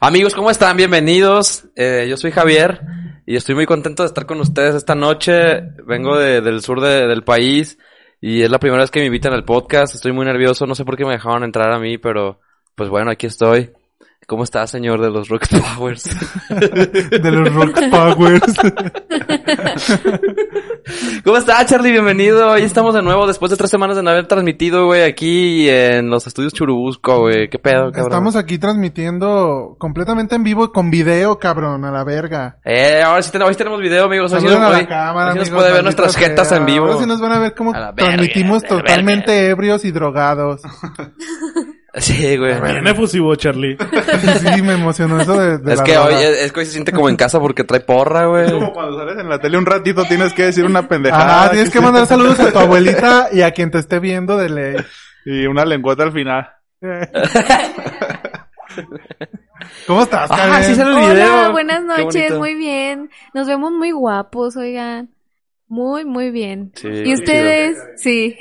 Amigos, ¿cómo están? Bienvenidos. Eh, yo soy Javier y estoy muy contento de estar con ustedes esta noche. Vengo de- del sur de- del país y es la primera vez que me invitan al podcast. Estoy muy nervioso, no sé por qué me dejaron entrar a mí, pero pues bueno, aquí estoy. ¿Cómo está, señor de los Rock Powers? De los Rock Powers. ¿Cómo está, Charlie? Bienvenido. Ahí estamos de nuevo después de tres semanas de no haber transmitido, güey, aquí en los estudios Churubusco, güey. ¿Qué pedo, cabrón? Estamos aquí transmitiendo completamente en vivo con video, cabrón, a la verga. Eh, ahora sí tenemos, hoy sí tenemos video, amigos. Así, Saluden a hoy- la cámara, así nos amigos, puede ver maldita nuestras sea. jetas en vivo. Ahora sí nos van a ver cómo A la verga, transmitimos a la verga. totalmente ebrios y drogados. Sí, güey. Bien efusivo, Charlie. sí, me emocionó eso de, de Es la que droga. hoy, es, es que hoy se siente como en casa porque trae porra, güey. Como cuando sales en la tele un ratito tienes que decir una pendejada. Ajá, ah, tienes que mandar saludos a tu abuelita y a quien te esté viendo de ley. Y una lengüeta al final. ¿Cómo estás, Ah, Karen? sí sale el Hola, video. buenas Qué noches, bonito. muy bien. Nos vemos muy guapos, oigan. Muy, muy bien. Sí, ¿Y qué ustedes? Sí.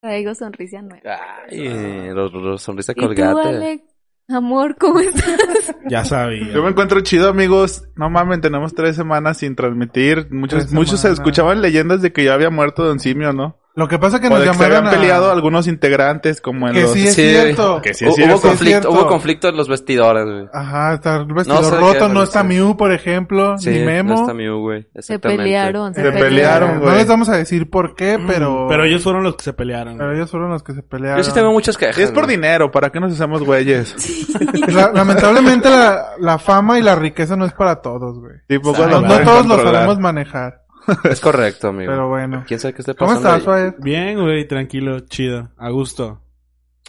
Traigo sonrisa nueva. Ay, los, los sonrisa ¿Y tú, colgate. Alex? Amor, ¿cómo estás? Ya sabía. Yo me encuentro chido, amigos. No mames, tenemos tres semanas sin transmitir. Muchos, Tres muchos se semanas. escuchaban leyendas de que ya había muerto Don Simio, ¿no? Lo que pasa es que O nos de que se llamaron habían a... peleado algunos integrantes, como en Que los... sí es Sí. cierto. Que sí Hu- es hubo, cierto. conflicto, cierto. Ah, hubo conflicto en los vestidores, güey. Ajá, está el vestido sé de qué, roto, pero no está sí. Mew, por ejemplo, Sí, ni Memo. no está Mew, güey. Se Exactamente. pelearon, se, Se pelearon, no güey. les vamos a decir por qué, pero... Pero ellos fueron los que se pelearon. Pero ellos fueron los que se pelearon. Yo sí tengo muchas quejas. Es por güey. dinero, ¿para qué nos hacemos güeyes? Sí, La- lamentablemente la, la fama y la riqueza no es para todos, güey. poco Exacto. No, lo no pueden todos lo controlar. sabemos manejar, Es correcto, amigo. pero bueno. ¿Quién sabe qué está ¿Cómo pasando? estás, ahí? Suárez? Bien, güey, tranquilo, chido, a gusto.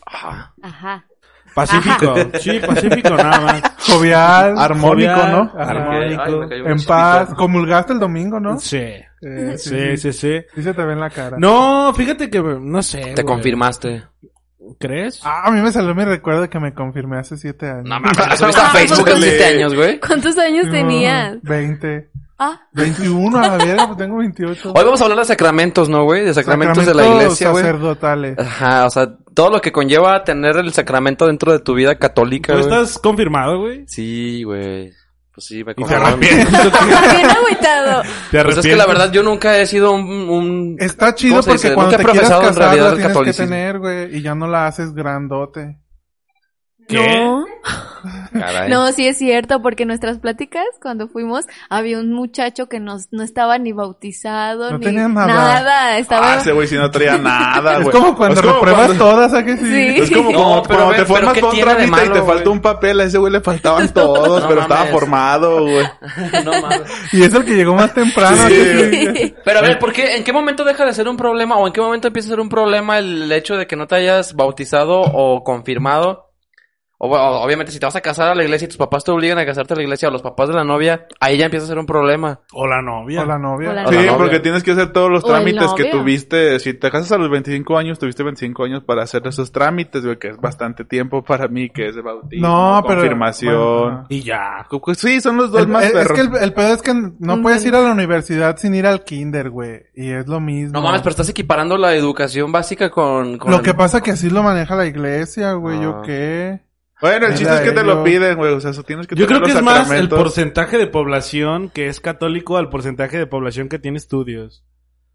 Ajá. Ajá. Pacífico, sí, pacífico nada más. Jovial, Armónico, Jovial, ¿no? Ajá. Armónico. Ay, me cayó una en sopita. paz. Comulgaste el domingo, ¿no? Sí, Eh, sí, sí, sí. Sí se te ve en la cara. No, fíjate que no sé. Te güey. confirmaste. ¿Crees? Ah, a mí me salió mi recuerdo de que me confirmé hace siete años. No mames, lo subiste a Ah, Facebook hace pues, 7 años, güey. ¿Cuántos años No, tenías? 20. Ah, 21 a la verga, pues tengo 28. Hoy vamos a hablar de sacramentos, ¿no, güey? De sacramentos, de la iglesia, güey. sacerdotales. Ajá, o sea, todo lo que conlleva tener el sacramento dentro de tu vida católica, ¿Tú güey. estás confirmado, güey? Sí, güey. Pues sí, me Y te confirmaron. arrepientes. bien agüitado. Te Pues es arrepientes. que la verdad yo nunca he sido un... un- Está chido ¿Cómo se porque dice? cuando Nunca te he quieras profesado en casar realidad la el tienes que catolicismo. tener, güey, y ya no la haces grandote. ¿Qué? No. Caray. No, sí es cierto, porque en nuestras pláticas, cuando fuimos, había un muchacho que nos, no estaba ni bautizado, No ni tenía nada. estaba... Ah, ese güey si no traía Ah, nada, es güey. como cuando repruebas cuando- todas, ¿a que sí? Sí. Es como No, cuando- pero cuando ve- te pero formas ¿qué con tiene otra de ramita y malo, te güey? falta un papel, a ese güey le faltaban todos, No pero estaba mames. formado, güey. no mames. Y es el que llegó más temprano. ¿a que sí? Pero a ver, ¿por qué, ¿en qué momento deja de ser un problema o en qué momento empieza a ser un problema el hecho de que no te hayas bautizado o confirmado? O, bueno, obviamente si te vas a casar a la iglesia y tus papás te obligan a casarte a la iglesia o los papás de la novia, ahí ya empieza a ser un problema. O la novia. O la novia. O la O Sí, la novia. porque tienes que hacer todos los O el trámites que novio. tuviste. Si te casas a los 25 años, tuviste 25 años para hacer esos trámites, güey, que es bastante tiempo para mí, que es bautismo, No, pero- confirmación. Y ya. Co- co- sí, son los dos El- más el- es perros. que el, el pedo es que no Mm. puedes ir a la universidad sin ir al kinder, güey. Y es lo mismo. No mames, pero estás equiparando la educación básica con... con Lo el- que pasa que así lo maneja la iglesia, güey. Ah. ¿Yo qué? Bueno, el chiste Mira, es que te yo- lo piden, güey. O sea, eso tienes que Yo creo tener que los es más el sacramentos. porcentaje de población que es católico al porcentaje de población que tiene estudios.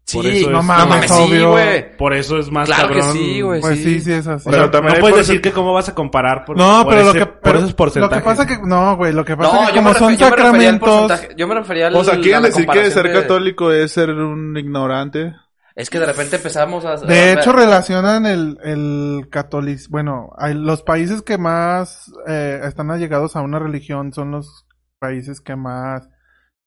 Sí, por eso no es- mames, no mames, sí, obvio. güey. Por eso es más Claro que cabrón. sí, güey. Pues Pues sí. sí, sí es así. Pero Pero también no hay puedes porce- decir que cómo vas a comparar por, no, por pero ese- lo que... por pero- esos porcentajes. Lo que pasa que... No, güey. Lo que pasa No, que yo me, como son refe- yo me refería al sacramentos... porcentaje. Yo me refería al O sea, a ¿quieren la decir que comparación ser de- católico es ser un ignorante? Es que de repente empezamos a... De a- hecho, relacionan el, el catolicismo. Bueno, hay- los países que más eh, están allegados a una religión son los países que más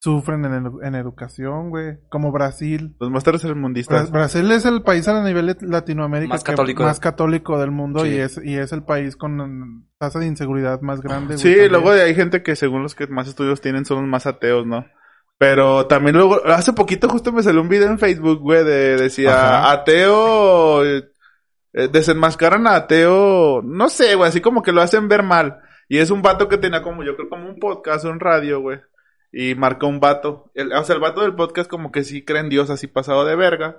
sufren en, edu- en educación, güey. Como Brasil. Los más tercermundistas. Bra- Brasil es el país a nivel de Latinoamérica Más que- católico. más católico del mundo Sí. y, es, y es el país con mm, tasa de inseguridad más grande. güey, Sí, también. luego hay gente que según los que más estudios tienen son los más ateos, ¿no? Pero también luego, hace poquito justo me salió un video en Facebook, güey, de decía Ajá. ateo, eh, eh, desenmascaran a ateo, no sé, güey, así como que lo hacen ver mal. Y es un vato que tenía como, yo creo, como un podcast, un radio, güey. Y marca un vato. El- o sea, el vato del podcast como que sí cree en Dios así pasado de verga.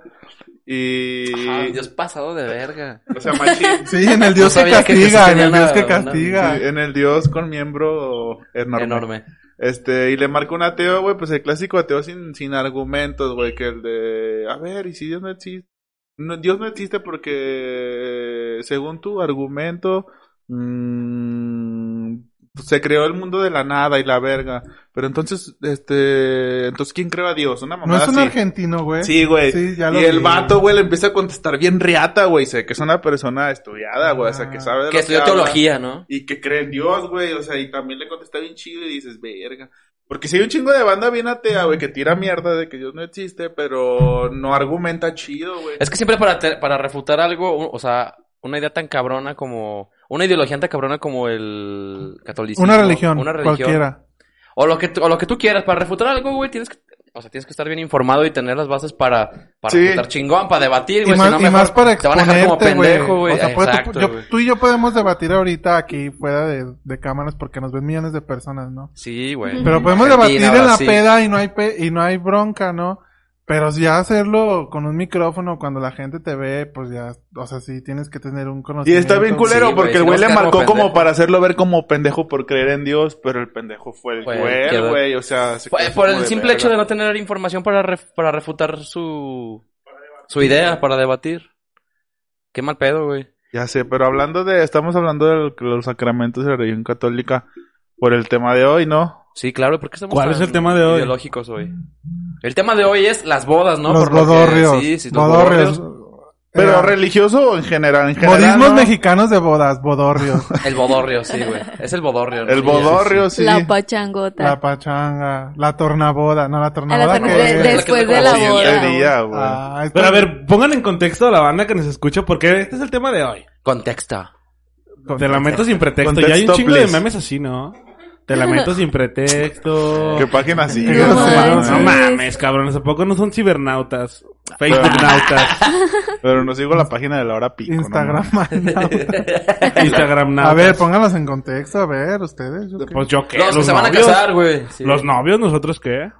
Y... Ay, Dios pasado de verga. O sea, machín. Sí, en el Dios No que sabía que castiga, sí en tenía el Dios una- que una- castiga. Sí, en el Dios con miembro enorme. Enorme. Este, y le marca un ateo, güey, pues el clásico ateo sin, sin argumentos, güey, que el de, a ver, ¿y si Dios no existe? No, Dios no existe porque, según tu argumento, mm, se creó el mundo de la nada y la verga. Pero entonces, este, entonces, ¿quién creó a Dios? Una No mamada es un así. argentino, güey. Ah, Sí, güey. Sí, ya lo y el vi. vato, güey, le empieza a contestar bien riata, güey. Sé que es una persona estudiada, güey. O sea, que Ah. sabe de Que lo estudió habla. teología, ¿no? Y que cree en Dios, güey. O sea, y también le contesta bien chido y dices, verga. Porque si hay un chingo de banda bien atea, güey, que tira mierda de que Dios no existe, pero no argumenta chido, güey. Es que siempre para, te- para refutar algo, u- o sea, una idea tan cabrona como... Una ideología tan cabrona como el catolicismo. Una religión, Una religión. cualquiera. O lo que, tú- o lo que tú quieras. Para refutar algo, güey, tienes que... O sea, tienes que estar bien informado y tener las bases para, para Sí. refutar chingón, para debatir, Y güey. más, si no, y mejor más para te van a dejar como exponerte, pendejo, güey. güey. O sea, puede- tú- Exacto, yo- güey. tú y yo podemos debatir ahorita aquí fuera de, de cámaras porque nos ven millones de personas, ¿no? Sí, güey. Pero podemos Argentina, debatir en la Brasil. peda y no hay pe- y no hay bronca, ¿no? Pero ya hacerlo con un micrófono cuando la gente te ve, pues ya, o sea, sí tienes que tener un Y conocimiento. está bien culero Sí, güey, porque si el güey no le queda como marcó como pendejo. para hacerlo ver como pendejo por creer en Dios, pero el pendejo fue el Fue el güey, que- güey. O sea, se Fue- quedó por Este, como el simple verga. hecho de no tener información para, ref- para refutar su, su idea, para debatir. Qué mal pedo, güey. Ya sé, pero hablando de. Estamos hablando de los sacramentos de la religión católica por el tema de hoy, ¿no? Sí, claro, porque estamos ¿Cuál tan es el tema de hoy? ideológicos hoy. El tema de hoy es las bodas, ¿no? Los Por lo que- bodorrios. sí, sí, los bodorrios. bodorrios. Pero Era- religioso o en general. En general Modismos ¿no? mexicanos de bodas, bodorrios. El bodorrio, sí, güey. Es el bodorrio. ¿no? El Sí, bodorrio, sí. La pachangota. la pachanga, la tornaboda, no Ah, la A la tornaboda. torna- que- de- después de la El siguiente boda. día, güey. Ah, es Pero a con- ver, pongan en contexto a la banda que nos escucha porque este es el tema de hoy. sí. Contexto. con- Te lamento sin pretexto. Contexto, ya hay un chingo de please. memes así, ¿no? Te lamento sin pretexto. ¿Qué página sigue? No mames. No manches. mames, cabrones. ¿A poco no son cibernautas? Facebooknautas. Pero no sigo la página de la hora pico. no Instagram. mames. Instagramnautas. a ver, póngalos en contexto, a ver, ustedes. yo qué- Pues yo qué. Los, que se van a novios? casar, güey. Sí. ¿Los novios? ¿Nosotros qué?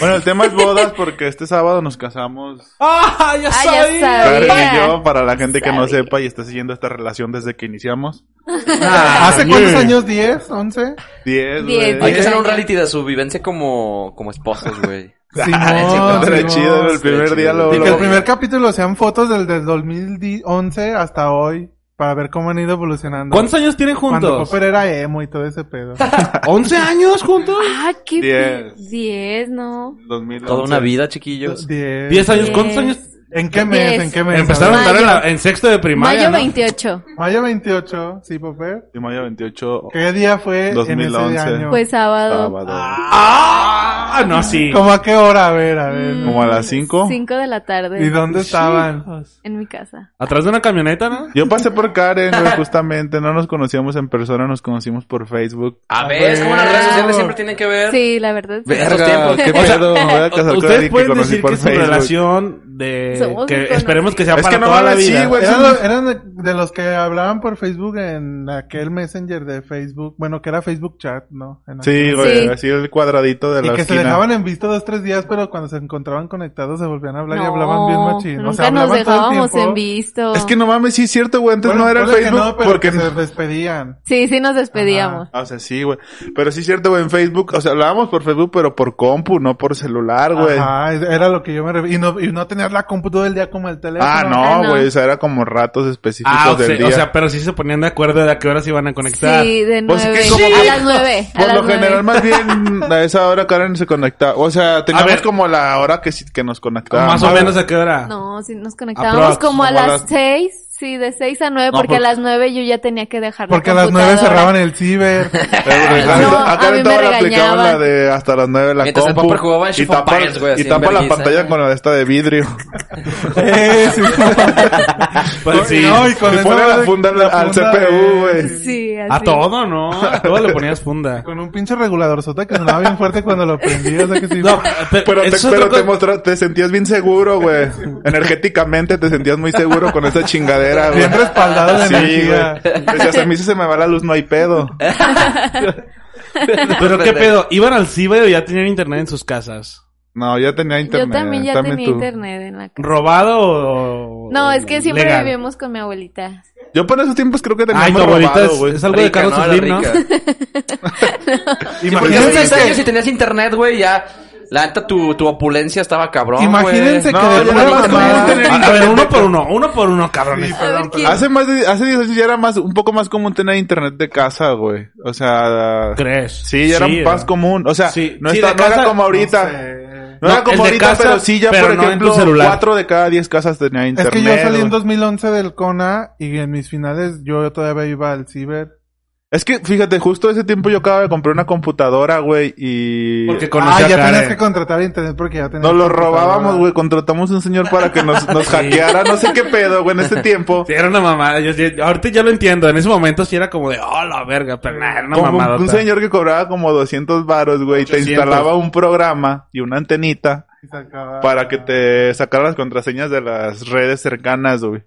Bueno, el tema es bodas porque este sábado nos casamos. ¡Ah, ya Ah, ya sabía. Karen y yo, para la gente que no Sabía. sepa y está siguiendo esta relación desde que iniciamos. ¿Hace cuántos años? ¿10? ¿11? Diez, Diez, güey. Hay que hacer un reality de su vivencia como, como esposos, güey. Ah, Simón, Estaría Simón. chido, el primer día lo... Y que el lo- primer capítulo sean fotos del, del 2011 hasta hoy, para ver cómo han ido evolucionando. ¿Cuántos años tienen Cuando juntos? Popper era emo y todo ese pedo. ¿11 años juntos? Ah, qué Diez. pe- diez, no. 2011. Toda una vida, chiquillos. Diez. 10 años. ¿Cuántos Diez. años? ¿En qué mes? Diez. ¿En qué mes? Empezaron A a ver. andar en, la- en sexto de primaria. Mayo ¿no? 28. Mayo 28, sí, Popper. Y mayo 28. ¿Qué día fue en 2011. ese año? Fue sábado. Sábado. ¡Ah! No, sí. ¿Cómo a qué hora? A ver, a ver. Mm, Como a las cinco. Cinco de la tarde. ¿Y dónde estaban? En mi casa. Atrás de una camioneta, ¿no? Yo pasé por Karen, güey, justamente. No nos conocíamos en persona, nos conocimos por Facebook. A ver, es como las redes sociales siempre tienen que ver. Sí, la verdad. sí. Verga, Esos tiempos. qué O sea, me voy a casar con alguien que Ustedes pueden conocí decir por que su Facebook. relación de... Somos Que muy esperemos que sea Es para que no toda la mames, sí, vida. güey. Eran, lo- eran de, de los que hablaban por Facebook en aquel Messenger de Facebook. Bueno, que era Facebook Chat, ¿no? En aquel- Sí, güey, Sí. así el cuadradito de Y la que se esquina. dejaban en visto dos, tres días, pero cuando se encontraban conectados se volvían a hablar y No, hablaban bien machín. Nunca O sea, nos hablaban todo el dejábamos tiempo. en visto. Es que no mames, sí es cierto, güey. Antes Bueno, no era el ponle que Facebook no, pero porque... que se despedían. Sí, sí nos despedíamos. Ah, O sea, sí, güey. Pero sí es cierto, güey, en Facebook, o sea, hablábamos por Facebook, pero por compu, no por celular, güey. Ajá, era lo que yo me refería. Y no, y no tenías la compu todo el día como el teléfono. Ah, Ah, no, no. güey, o sea, era como ratos específicos Ah, o del sea, día. o sea, pero sí se ponían de acuerdo de a qué horas iban a conectar. Sí, de Pues es nueve. que como A que- las nueve. a por las lo nueve. general, más bien, a esa hora Karen se conectaba. O sea, teníamos ver. como la hora que, sí- que nos conectábamos. Más o menos a qué hora. No, sí, nos conectábamos Aprox, como a como a las las- seis. Sí, de seis a nueve, No, porque por- a las nueve yo ya tenía que dejar la Porque a las nueve computadora. cerraban el ciber. Pero, No, acá a mí me acá le aplicaban regañaban. la de hasta las 9 de la Mientras el compu Popper jugaba en y Shift of tapa, Empires, güey, así y tapa en la vergüenza. pantalla con la esta de vidrio. Eh, sí. Pues sí. No, y con Le esa pone la madre- funda la al funda, CPU, eh, güey. Sí, así. A todo, ¿no? A todo le ponías funda. Con un pinche regulador sota que sonaba bien fuerte cuando lo prendías. o sea que sí. No, pero, Pero, te, eso es pero otra te, cosa. mostra- te sentías bien seguro, güey. Energéticamente te sentías muy seguro con esa chingadera, güey. Bien respaldado de Sí, Pues energía. güey. Decías, a mí si se me va la luz no hay pedo. Pero qué pedo, iban al ciber o ya tenían internet en sus casas. No, ya tenía internet. Yo también ya tenía tú. internet en la casa. ¿Robado o.? No, es que siempre legal? vivimos con mi abuelita. Yo por esos tiempos creo que tenía Ay, tu abuelita robado, es, güey. es algo de Carlos Slim, ¿no? Porque hace Imagínense 10 que- años si tenías internet, güey, ya... La neta, tu, tu opulencia estaba cabrón, Imagínense güey. No, que de yo pura no tenía mamada- internet. A, a ver, uno por uno, uno por uno, cabrones. A ver quién. Hace más de, hace 10 años ya era más, un poco más común tener internet de casa, güey. O sea, ¿Crees? sí, ya era Sí, más era. común. O sea, Sí, no, sí, está, de no era casa- como ahorita. No, No, era el como de ahorita, casa, pero sí ya, pero por no en tu ejemplo, celular. 4 de cada 10 casas tenía Es internet. que yo salí en güey. 2011 del CONA y en mis finales yo todavía iba al ciber. Es que, fíjate, justo ese tiempo yo acababa de comprar una computadora, güey, y... Porque Ah, conocí a ya tenías Karen. que contratar internet porque ya tenías Nos lo computadora. robábamos, güey. Contratamos un señor para que nos, nos hackeara. No sé qué pedo, güey, en ese tiempo. Sí, era una mamada. Yo, yo- ahorita ya lo entiendo. En ese momento sí era como de, oh, la verga, pero nah, era una Como mamada. un, un señor que cobraba como 200 varos, güey. y Te 800. instalaba un programa y una antenita Y sacaba- para que te sacara las contraseñas de las redes cercanas, güey.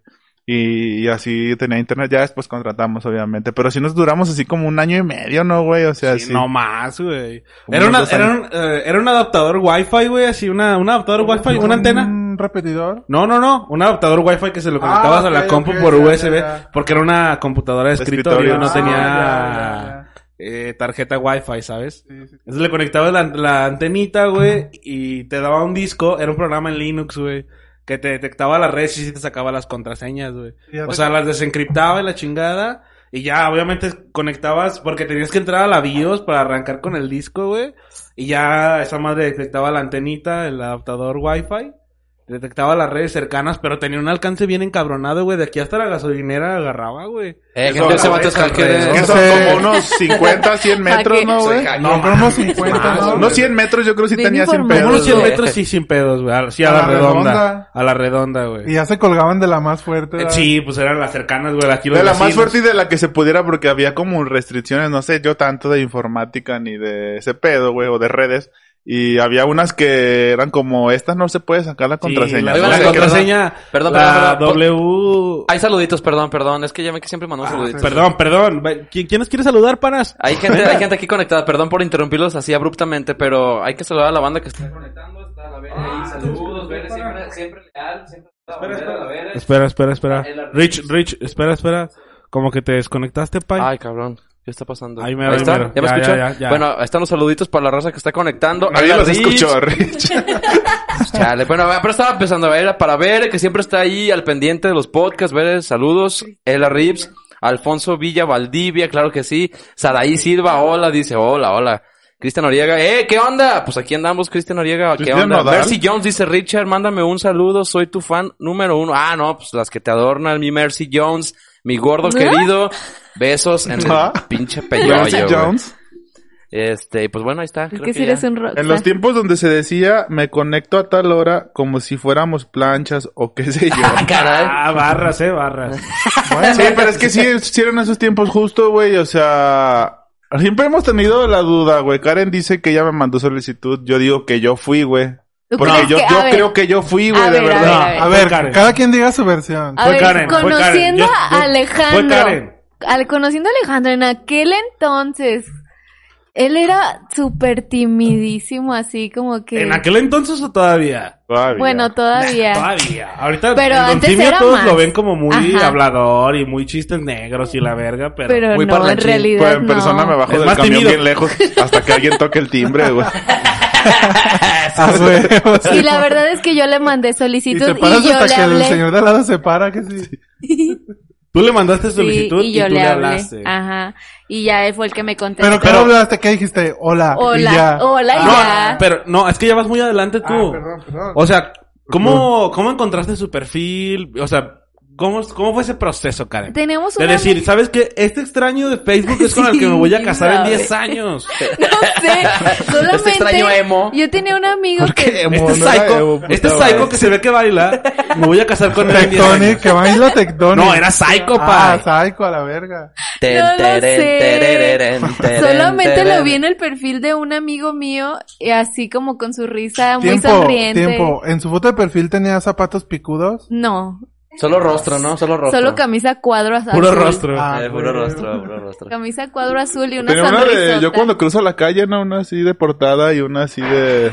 Y, y así tenía internet. Ya después contratamos, obviamente. Pero sí nos duramos así como un año y medio, ¿no, güey? O sea, sí. No más, güey. Como Era, una- unos dos era, años. un, eh, era un adaptador Wi-Fi, güey, así, una, un adaptador Wi-Fi, una antena. ¿Un repetidor? No, no, no. Un adaptador Wi-Fi que se lo conectabas Ah, a la ok, compu ok, por ya, USB. ya, ya. Porque era una computadora de De escritorio, escritorio. no Ah, tenía ya, ya, ya. eh, tarjeta Wi-Fi, ¿sabes? Sí, sí. Entonces le conectabas la, la antenita, güey, y te daba un disco. Era un programa en Linux, güey, que te detectaba las redes y sí te sacaba las contraseñas, güey. Y ya O te- sea, las desencriptaba y la chingada. Y ya, obviamente, conectabas, porque tenías que entrar a la BIOS para arrancar con el disco, güey. Y ya esa madre detectaba la antenita, el adaptador Wi-Fi. Detectaba las redes cercanas, pero tenía un alcance bien encabronado, güey. De aquí hasta la gasolinera agarraba, güey. Eh, Eso, gente, ese la vato es esa hacker, red. eh. Que son como unos 50, 100 metros, qué? ¿no, Soy güey? hacker. No, pero unos 50, Más, ¿no? No, 100 metros yo creo que sí Bien tenía 100 informado. Como unos pedos. 100 metros, sí, sin pedos, güey. A- Sí, a, A la, la redonda. redonda. A la redonda, güey. Y ya se colgaban de la más fuerte. Eh, ¿verdad? Sí, pues eran las cercanas, güey. Aquí los De la más vecinos. fuerte y de la que se pudiera, porque había como restricciones, no sé yo tanto de informática ni de ese pedo, güey, o de redes. Y había unas que eran como, estas no se puede sacar la Sí, contraseña. Oigan, O La, sea, la que contraseña. Perdón, la perdón, perdón. W. Hay saluditos, perdón, perdón. Es que ya me que siempre mandamos Ah, saluditos. perdón, perdón. Va- ¿Qui- ¿Quién nos quiere saludar, panas? Hay gente, hay gente aquí conectada, perdón por interrumpirlos así abruptamente, pero hay que saludar a la banda que está conectando, está la Bere Ah, ahí, saludos, Bere siempre, siempre leal, siempre la bandera, la Bere. Espera, espera, espera. El artífice. Rich, Rich, espera, espera. Como que te desconectaste, Pai. Ay, cabrón. ¿Qué está pasando? Ahí mero, ahí está. mero. ¿Ya me Ya, escuchan? ya, ya, ya. Bueno, ahí están los saluditos para la raza que está conectando. Ahí Nadie la los Rich. escuchó, Rich. Chale. Bueno, pero estaba empezando. Era para Bere, que siempre está ahí al pendiente de los podcasts. Bere, saludos. Ella Rips. Alfonso Villa Valdivia, claro que sí. Saraí Silva, hola, dice, hola, hola. Cristian Noriega, eh, ¿qué onda? Pues aquí andamos, Cristian Noriega, ¿qué Cristian onda? Nodal. Mercy Jones dice, Richard, mándame un saludo, soy tu fan número uno. Ah, no, pues las que te adornan, mi Mercy Jones, mi gordo ¿Ah? querido. Besos en el Ah. pinche Nancy peyoyo. güey. Jones. Este, pues bueno, ahí está. Es Creo que si ya. eres un rockstar. En los tiempos donde se decía, me conecto a tal hora como si fuéramos planchas o qué sé yo. Caray. Ah, barras, eh, barras. sí, pero es que sí, sí eran esos tiempos justo, güey, o sea... Siempre hemos tenido la duda, güey. Karen dice que ya me mandó solicitud. Yo digo que yo fui, güey. ¿Tú Porque crees yo, que- a yo ver, creo que yo fui, A güey, de ver, a verdad. ver, A ver, Fue Karen. Ah, cada quien diga su versión. A Fue ver, Karen, fue Karen. conociendo Yo- yo- a Alejandro. fue Karen. al- conociendo a Alejandro en aquel entonces, él era súper timidísimo, así como que. ¿En aquel entonces o todavía? Todavía. Bueno, todavía. Todavía. Ahorita Pero el Don antes Simio era todos más. lo ven como muy Ajá. hablador y muy chistes negros y la verga, pero... pero muy no, en parlanchín. realidad. Pues, en no. persona me bajo Es del más camión tímido. bien lejos hasta que alguien toque el timbre, güey. Ah, güey, o sea, Y la verdad es que yo le mandé y solicitud te y, paras yo hasta le que el hablé. señor de al lado se para, que sí. Tú le mandaste Sí, solicitud y yo tú le hablé. Ah. hablaste. Ajá. Y ya él fue el que me contestó. Pero, ¿cómo hablaste? ¿Qué dijiste? Hola. y hola, ya. hola, y No, ya. pero no, es que ya vas muy adelante tú. Ah, perdón, perdón. O sea, ¿cómo, ¿cómo encontraste su perfil? O sea, ¿cómo, cómo fue ese proceso, Karen? Tenemos De una decir, ¿sabes qué? Este extraño de Facebook es con el que me voy a casar en 10 años. Este No sé, solamente Este extraño emo. yo tenía un amigo que Emo, Este no era psycho, eh, emo, pues. este puta psycho madre. que se ve que baila, me voy a casar con él en 10 Tectonic, años. que baila Tectonic. este No, era psycho, Ah, pa. psycho a la verga. Ten, No lo teren, sé. terereren, teren, solamente lo teren. vi en el perfil de un amigo mío, y así como con su risa Ah, muy tiempo, sonriente. tiempo. En su foto de perfil tenía zapatos picudos. No, Solo rostro, ¿no? Solo rostro. Solo camisa cuadro azul. Puro rostro. Ah, Eh, puro güey. rostro, puro rostro. Camisa cuadro azul y una Tenía una de, sonrisota. yo cuando cruzo la calle, ¿no? Una así de portada y una así de,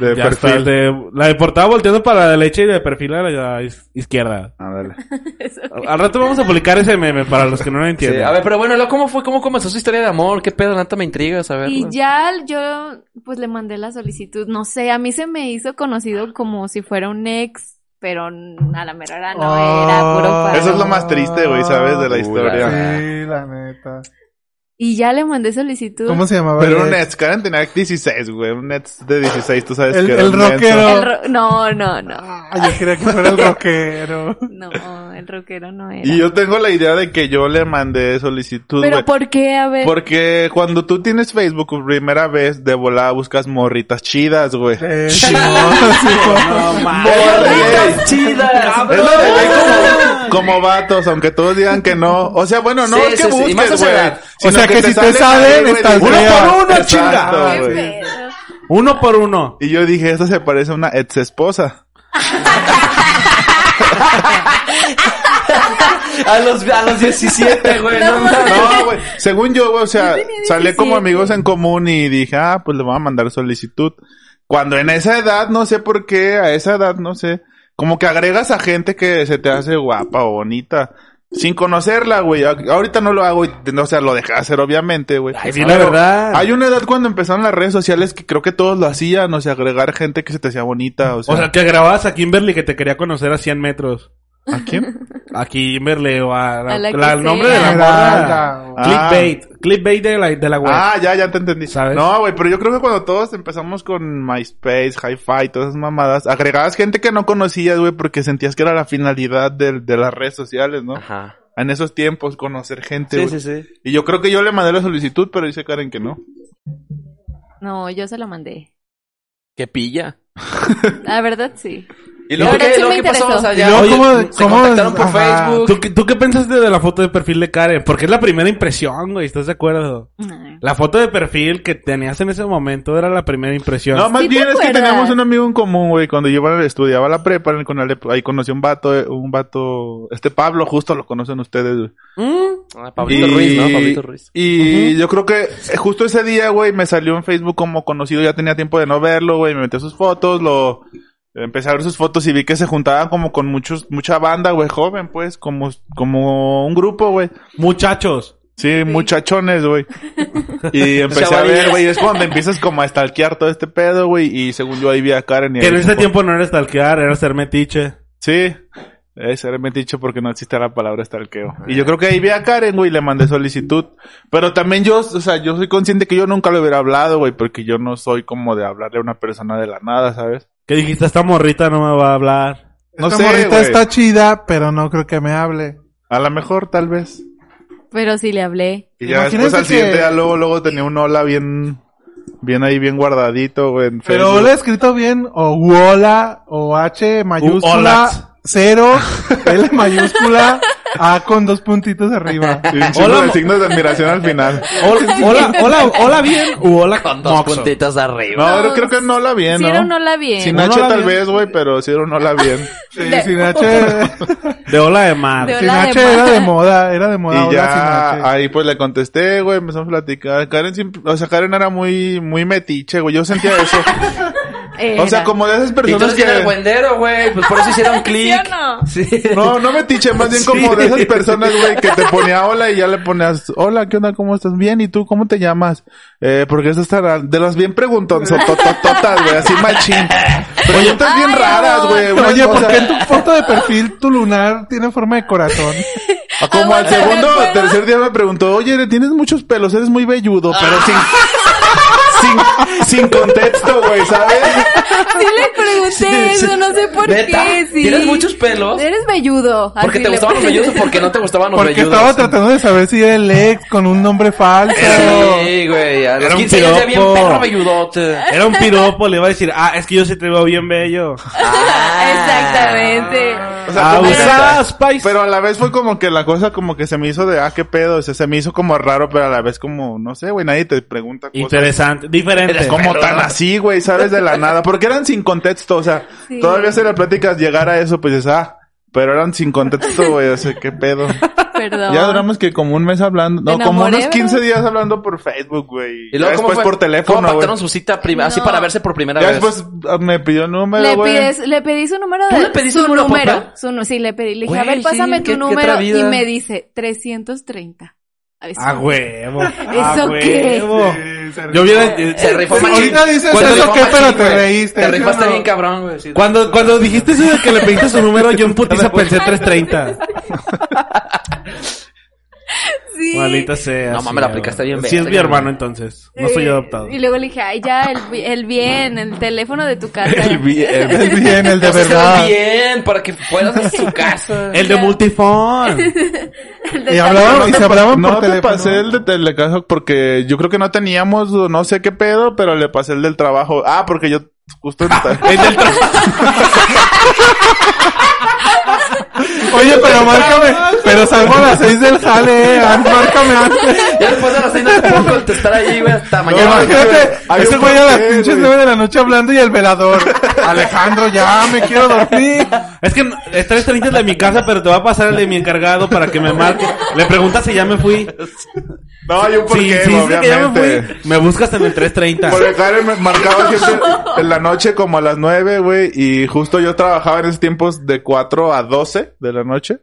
de Ya está, perfil. el de- la de portada volteando para la derecha y de perfil a la iz- izquierda. Ándale. Eso. Al rato vamos a publicar ese meme para los que no lo Sí, entienden. a ver, pero bueno, luego, ¿cómo fue? ¿Cómo comenzó su historia de amor? ¿Qué pedo? Nata me intrigas, a ver. Y ya yo, pues le mandé la solicitud. No sé, a mí se me hizo conocido como si fuera un ex, pero a la mera hora no era puro Ah, paro. Eso es lo más triste, güey, ¿sabes? De la Ah, Pura. historia. Sí, la neta. Y ya le mandé solicitud. ¿Cómo se llamaba? Pero el un ex? Nets, Karen tenía 16, güey. Un Nets de 16, tú sabes El- que era el un Nets, rockero. ¿no? El ro- No, no, no. Ah, yo quería que fuera el rockero. No, el rockero no era. Y yo tengo la idea de que yo le mandé solicitud, Pero güey. ¿por qué? A ver. Porque cuando tú tienes Facebook por primera vez, de volada buscas morritas chidas, güey. Eh, Simón, Simón. No mames. ¡Morritas chidas! Es lo de güey como, como vatos, aunque todos digan que no. O sea, bueno, no Sí, es sí, que sí, y busques, más a esa güey. edad. O sino sea, que si te salen saben, ahí, güey, estás de- Uno fea. por uno, Exacto, chinga. Qué güey. pedo. Uno por uno. Y yo dije, esta se parece a una ex esposa. A los, a los 17, güey. No, mames. No, güey. Según yo, güey, o sea, Yo tenía 17. salí como amigos en común y dije, ah, pues le voy a mandar solicitud. Cuando en esa edad, no sé por qué, a esa edad, no sé. Como que agregas a gente que se te hace guapa o bonita. Sin conocerla, güey. A- Ahorita no lo hago, y, o sea, lo dejé de hacer, obviamente, güey. Ay, sí, la Pero verdad. Hay una edad cuando empezaron las redes sociales que creo que todos lo hacían, o sea, agregar gente que se te hacía bonita, o sea. O sea, que grababas a Kimberly que te quería conocer a 100 metros. ¿A quién? A Kimberly o a... la- A la que la- el sea. nombre de la morra. Esmeralda, güey. Ah. Clickbait. Clickbait de la, de la web. Ah, ya, ya te entendí. Pues, ¿Sabes? No, güey, pero yo creo que cuando todos empezamos con MySpace, Hi-Fi, todas esas mamadas, agregabas gente que no conocías, güey, porque sentías que era la finalidad del- de, las redes sociales, ¿no? Ajá. En esos tiempos, conocer gente, Sí, güey. sí, sí. Y yo creo que yo le mandé la solicitud, pero dice Karen que no. No, yo se la mandé. Qué pilla. La verdad sí. ¿Y La luego verdad qué, sí luego me qué pasó? interesó. O sea, Y ya, luego, oye, ¿cómo- se cómo- contactaron por ajá. Facebook. ¿Tú, qué- ¿Tú qué pensaste de la foto de perfil de Karen? Porque es la primera impresión, güey. ¿Estás de acuerdo? Ay. La foto de perfil que tenías en ese momento era la primera impresión. No, más ¿Sí te bien es que acuerdas? teníamos un amigo en común, güey. Cuando yo bueno, estudiaba la prepa, en el Conalep, ahí conocí un vato, eh, un vato, este Pablo, justo lo conocen ustedes, güey. Ah, Pablito Ruiz, ¿no? Pablito Ruiz. Y yo creo que eh, justo ese día, güey, me salió en Facebook como conocido, ya tenía tiempo de no verlo, güey, me metí a sus fotos, lo empecé a ver sus fotos y vi que se juntaban como con muchos mucha banda, güey, joven, pues, como como un grupo, güey. Muchachos. Sí, muchachones, güey. Y empecé a ver, güey, es cuando empiezas como a stalkear todo este pedo, güey, y según yo ahí vi a Karen y Que en ahí este ese como- tiempo no era stalkear, era ser metiche. Sí. Es realmente dicho porque no existe la palabra estalqueo. Y yo creo que ahí vi a Karen, güey, y le mandé solicitud. Pero también yo, o sea, yo soy consciente que yo nunca le hubiera hablado, güey, porque yo no soy como de hablarle a una persona de la nada, ¿sabes? Que dijiste, esta morrita no me va a hablar. No Esta sé, morrita güey. está chida, pero no creo que me hable. A lo mejor, tal vez. Pero sí le hablé. Y ya Imagínense después al siguiente que- día, luego, luego tenía un hola bien, bien ahí, bien guardadito, güey, en Pero Facebook. lo he escrito bien, o hola, o H Hola. mayúscula, cero, L mayúscula, A con dos puntitos arriba. Y un chingo Hola, de mo- signos de admiración al final. Hola, hola, hola, hola bien. u hola Con dos pues. moxo. puntitos arriba. No, No, creo que no la bien, Si ¿no? era un hola bien. Sin Un H hola tal bien. vez, güey, pero sí era un hola bien. Sí, De- sin H, De hola de mar. De sin Hola H moda. era de moda, era de moda, Y hola sin ya H. ahí pues le contesté, güey, empezamos a platicar. Karen, siempre- o sea, Karen era muy, muy metiche, güey. Yo sentía eso. Era. o sea, como de esas Y tú personas eres el que... buendero, güey. Pues por eso hicieron ¿Sí click. o no? Sí. No, no metiche, más bien como de esas personas, güey, que te ponía hola y ya le ponías, hola, ¿qué onda? ¿Cómo estás? Bien, ¿y tú cómo te llamas? Eh, porque eso estará de las bien preguntones, totototas, güey, así machín. Preguntas bien Ay, raras, amor. güey. una- Oye, o ¿por sea, qué en tu foto de perfil tu lunar tiene forma de corazón? Ah, Como al Aguanta, segundo ¿de o acuerdo? tercer día me preguntó, oye, tienes muchos pelos, eres muy velludo, pero Ah. sin, sin, sin contexto, güey, ¿sabes? Sí le pregunté sí. eso, no sé por ¿Neta? qué. Sí. ¿Tienes muchos pelos? Eres velludo. Porque te así Ah, le gustaban los puse. velludos o porque no te gustaban los Porque velludos. estaba tratando de saber si era el ex con un nombre falso. Sí, güey. A los Era un 15 años ya bien piropo. perro velludote. Era un piropo, le iba a decir, ah, es que yo sí te veo bien bello. Exactamente. O sea, como que- Abusada, Spice. pero a la vez fue como que la cosa como que se me hizo de, ah, qué pedo, o sea, se me hizo como raro, pero a la vez como, no sé, güey, nadie te pregunta cosas Interesante, diferente. como tan así, güey, ¿sabes? De la nada, porque eran sin contexto, o sea, Sí. todavía se las pláticas llegar a eso, pues es, ah, Pero eran sin contexto, güey. O sea, qué pedo. Perdón. Ya duramos que como un mes hablando. No, Me como enamoré, unos 15 ¿verdad? días hablando por Facebook, güey. Y Ya luego, ¿cómo después fue? por ¿Cómo teléfono, güey. pactaron su cita prim- así No. para verse por primera Ya vez? después ah, me pidió número, le, güey. pides, le pedí su número ¿Tú de le pediste su un número a número. papá? Su, nu- sí, le pedí. Le dije, a Güey, ver, pásame sí, tu qué- qué número. y atrevida. me dice, 330. A ver, Ah, A huevo. Eh, ¿Eso qué? Yo hubiera... eh, Se rifó Sí, machín. ahorita dices Cuando eso, rifó ¿qué? machín, Pero te güey. reíste, Te ¿sí o rifaste no? bien cabrón, güey. sí. Cuando, cuando dijiste eso de que le pediste su número, yo en putiza pensé 330. sí. Maldita sea. No, sí, mames, la güey. aplicaste bien Sí, verga, es mi güey. hermano entonces. No soy Eh, adoptado. Y luego le dije, ay, ya, el, el bien, el teléfono de tu casa. El bien. El bien, el de Hazlo verdad. bien, para que puedas a su casa. El de multifón. El de Y tal- hablaban, y se hablaban No por te teléfono. pasé el de Telecaso porque yo creo que no teníamos, o no sé qué pedo, pero le pasé el del trabajo. Ah, porque yo justo... El del trabajo. Oye, pero márcame. Pero salgo a las 6 del jale, eh. Márcame antes. Ya después de las seis no te puedo contestar ahí, güey, hasta No, mañana. Imagínate, Hay ese un este, güey a las papel, pinches güey. 9 de la noche hablando y el velador. Alejandro, ya me quiero dormir. Es que es 330 el de mi casa, pero te va a pasar el de mi encargado para que me marque. Le preguntas si ya me fui. No, yo por Sí, qué, sí, sí, que ya me obviamente. fui. Me buscas en el 330. Porque Karen me marcaba siempre en la noche como a las 9, güey, y justo yo trabajaba en esos tiempos de 4 a 12 de la noche.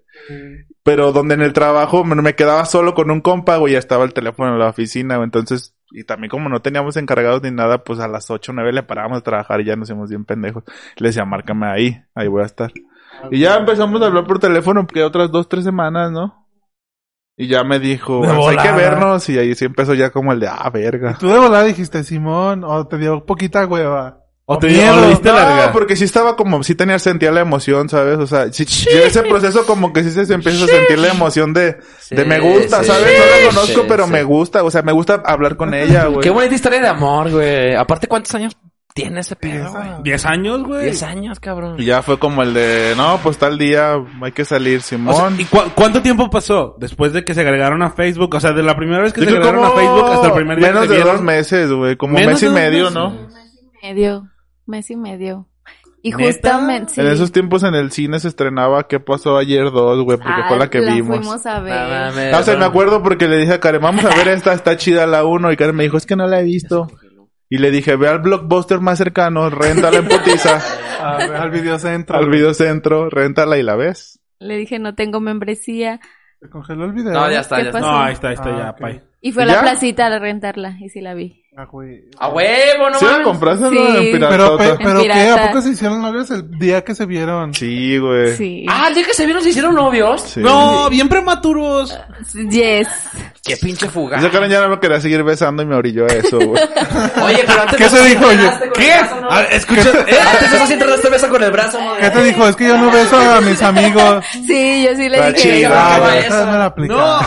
Pero donde en el trabajo me me quedaba solo con un compa, güey, ya estaba el teléfono en la oficina, güey, entonces, y también como no teníamos encargados ni nada, pues a las 8 o 9 le parábamos de trabajar y ya nos íbamos bien pendejos. Le decía, márcame ahí, ahí voy a estar. Y ya empezamos a hablar por teléfono, que otras dos, tres semanas, ¿no? Y ya me dijo, De "Pues, hay que volada. vernos, y ahí sí empezó ya como el de, ah, verga. Tú de volada dijiste, Simón, o te dio poquita hueva. O te Miedo, o le diste no, larga. porque sí estaba como, sí tenía sentía la emoción, ¿sabes? O sea, sí, yo ese proceso como que sí se empieza a sentir la emoción de, Sí, de me gusta, sí, ¿sabes? no la conozco, sí, pero sí. me gusta, o sea, me gusta hablar con ella, güey. Qué bonita historia de amor, güey. Aparte, ¿cuántos años tiene ese pedo, güey? 10 años, güey. Diez años, cabrón. Y ya fue como el de, no, pues tal día hay que salir, O sea, Simón. ¿Y cu- cuánto tiempo pasó después de que se agregaron a Facebook? O sea, de la primera vez que Yo se creo agregaron a como Facebook hasta el primer día menos que se de vieron. dos meses, güey, como Menos mes y de dos medio, meses. ¿no? medio, mes y medio. Y ¿Neta? justamente... sí. En esos tiempos en el cine se estrenaba ¿Qué pasó ayer dos, güey? Porque Ah, fue la que vimos. fuimos a ver. No mames, No sé, me cabrón. acuerdo porque le dije a Karen, vamos a ver esta, está chida la 1. Y Karen me dijo, es que no la he visto. Y le dije, ve al blockbuster más cercano, réntala en putiza, A ver, al videocentro. al videocentro, réntala y la ves. Le dije, no tengo membresía. Se congeló el video. No, ya está, ¿Qué ya pasó? está. No, ahí está, ahí está, Ah, ya, ok. pay. Y fue a ¿Ya? la placita a rentarla. Y sí la vi. Ah, güey. A huevo, no ¿Sí la mames. compraste no? Sí. en Pero, pe- Piratota? pero En ¿qué? ¿A pirata. poco se hicieron novios el día que se vieron? Sí, güey. Sí. Ah, el día que se vieron se hicieron novios. Sí. No, bien prematuros. Yes. Qué pinche fugaz. Esa Karen ya no me quería seguir besando y me orilló a eso, güey. Oye, pero antes ¿Qué no se dijo? te Oye, besaste con el ¿Qué? brazo, ¿no? A ver, escucha, eh, Antes eso sí te das beso con el brazo, ¿no? ¿Qué te dijo? Es que yo no beso a mis amigos. Sí, yo sí le La dije. chida. Ah, no, güey, eso. esa me la aplicaron.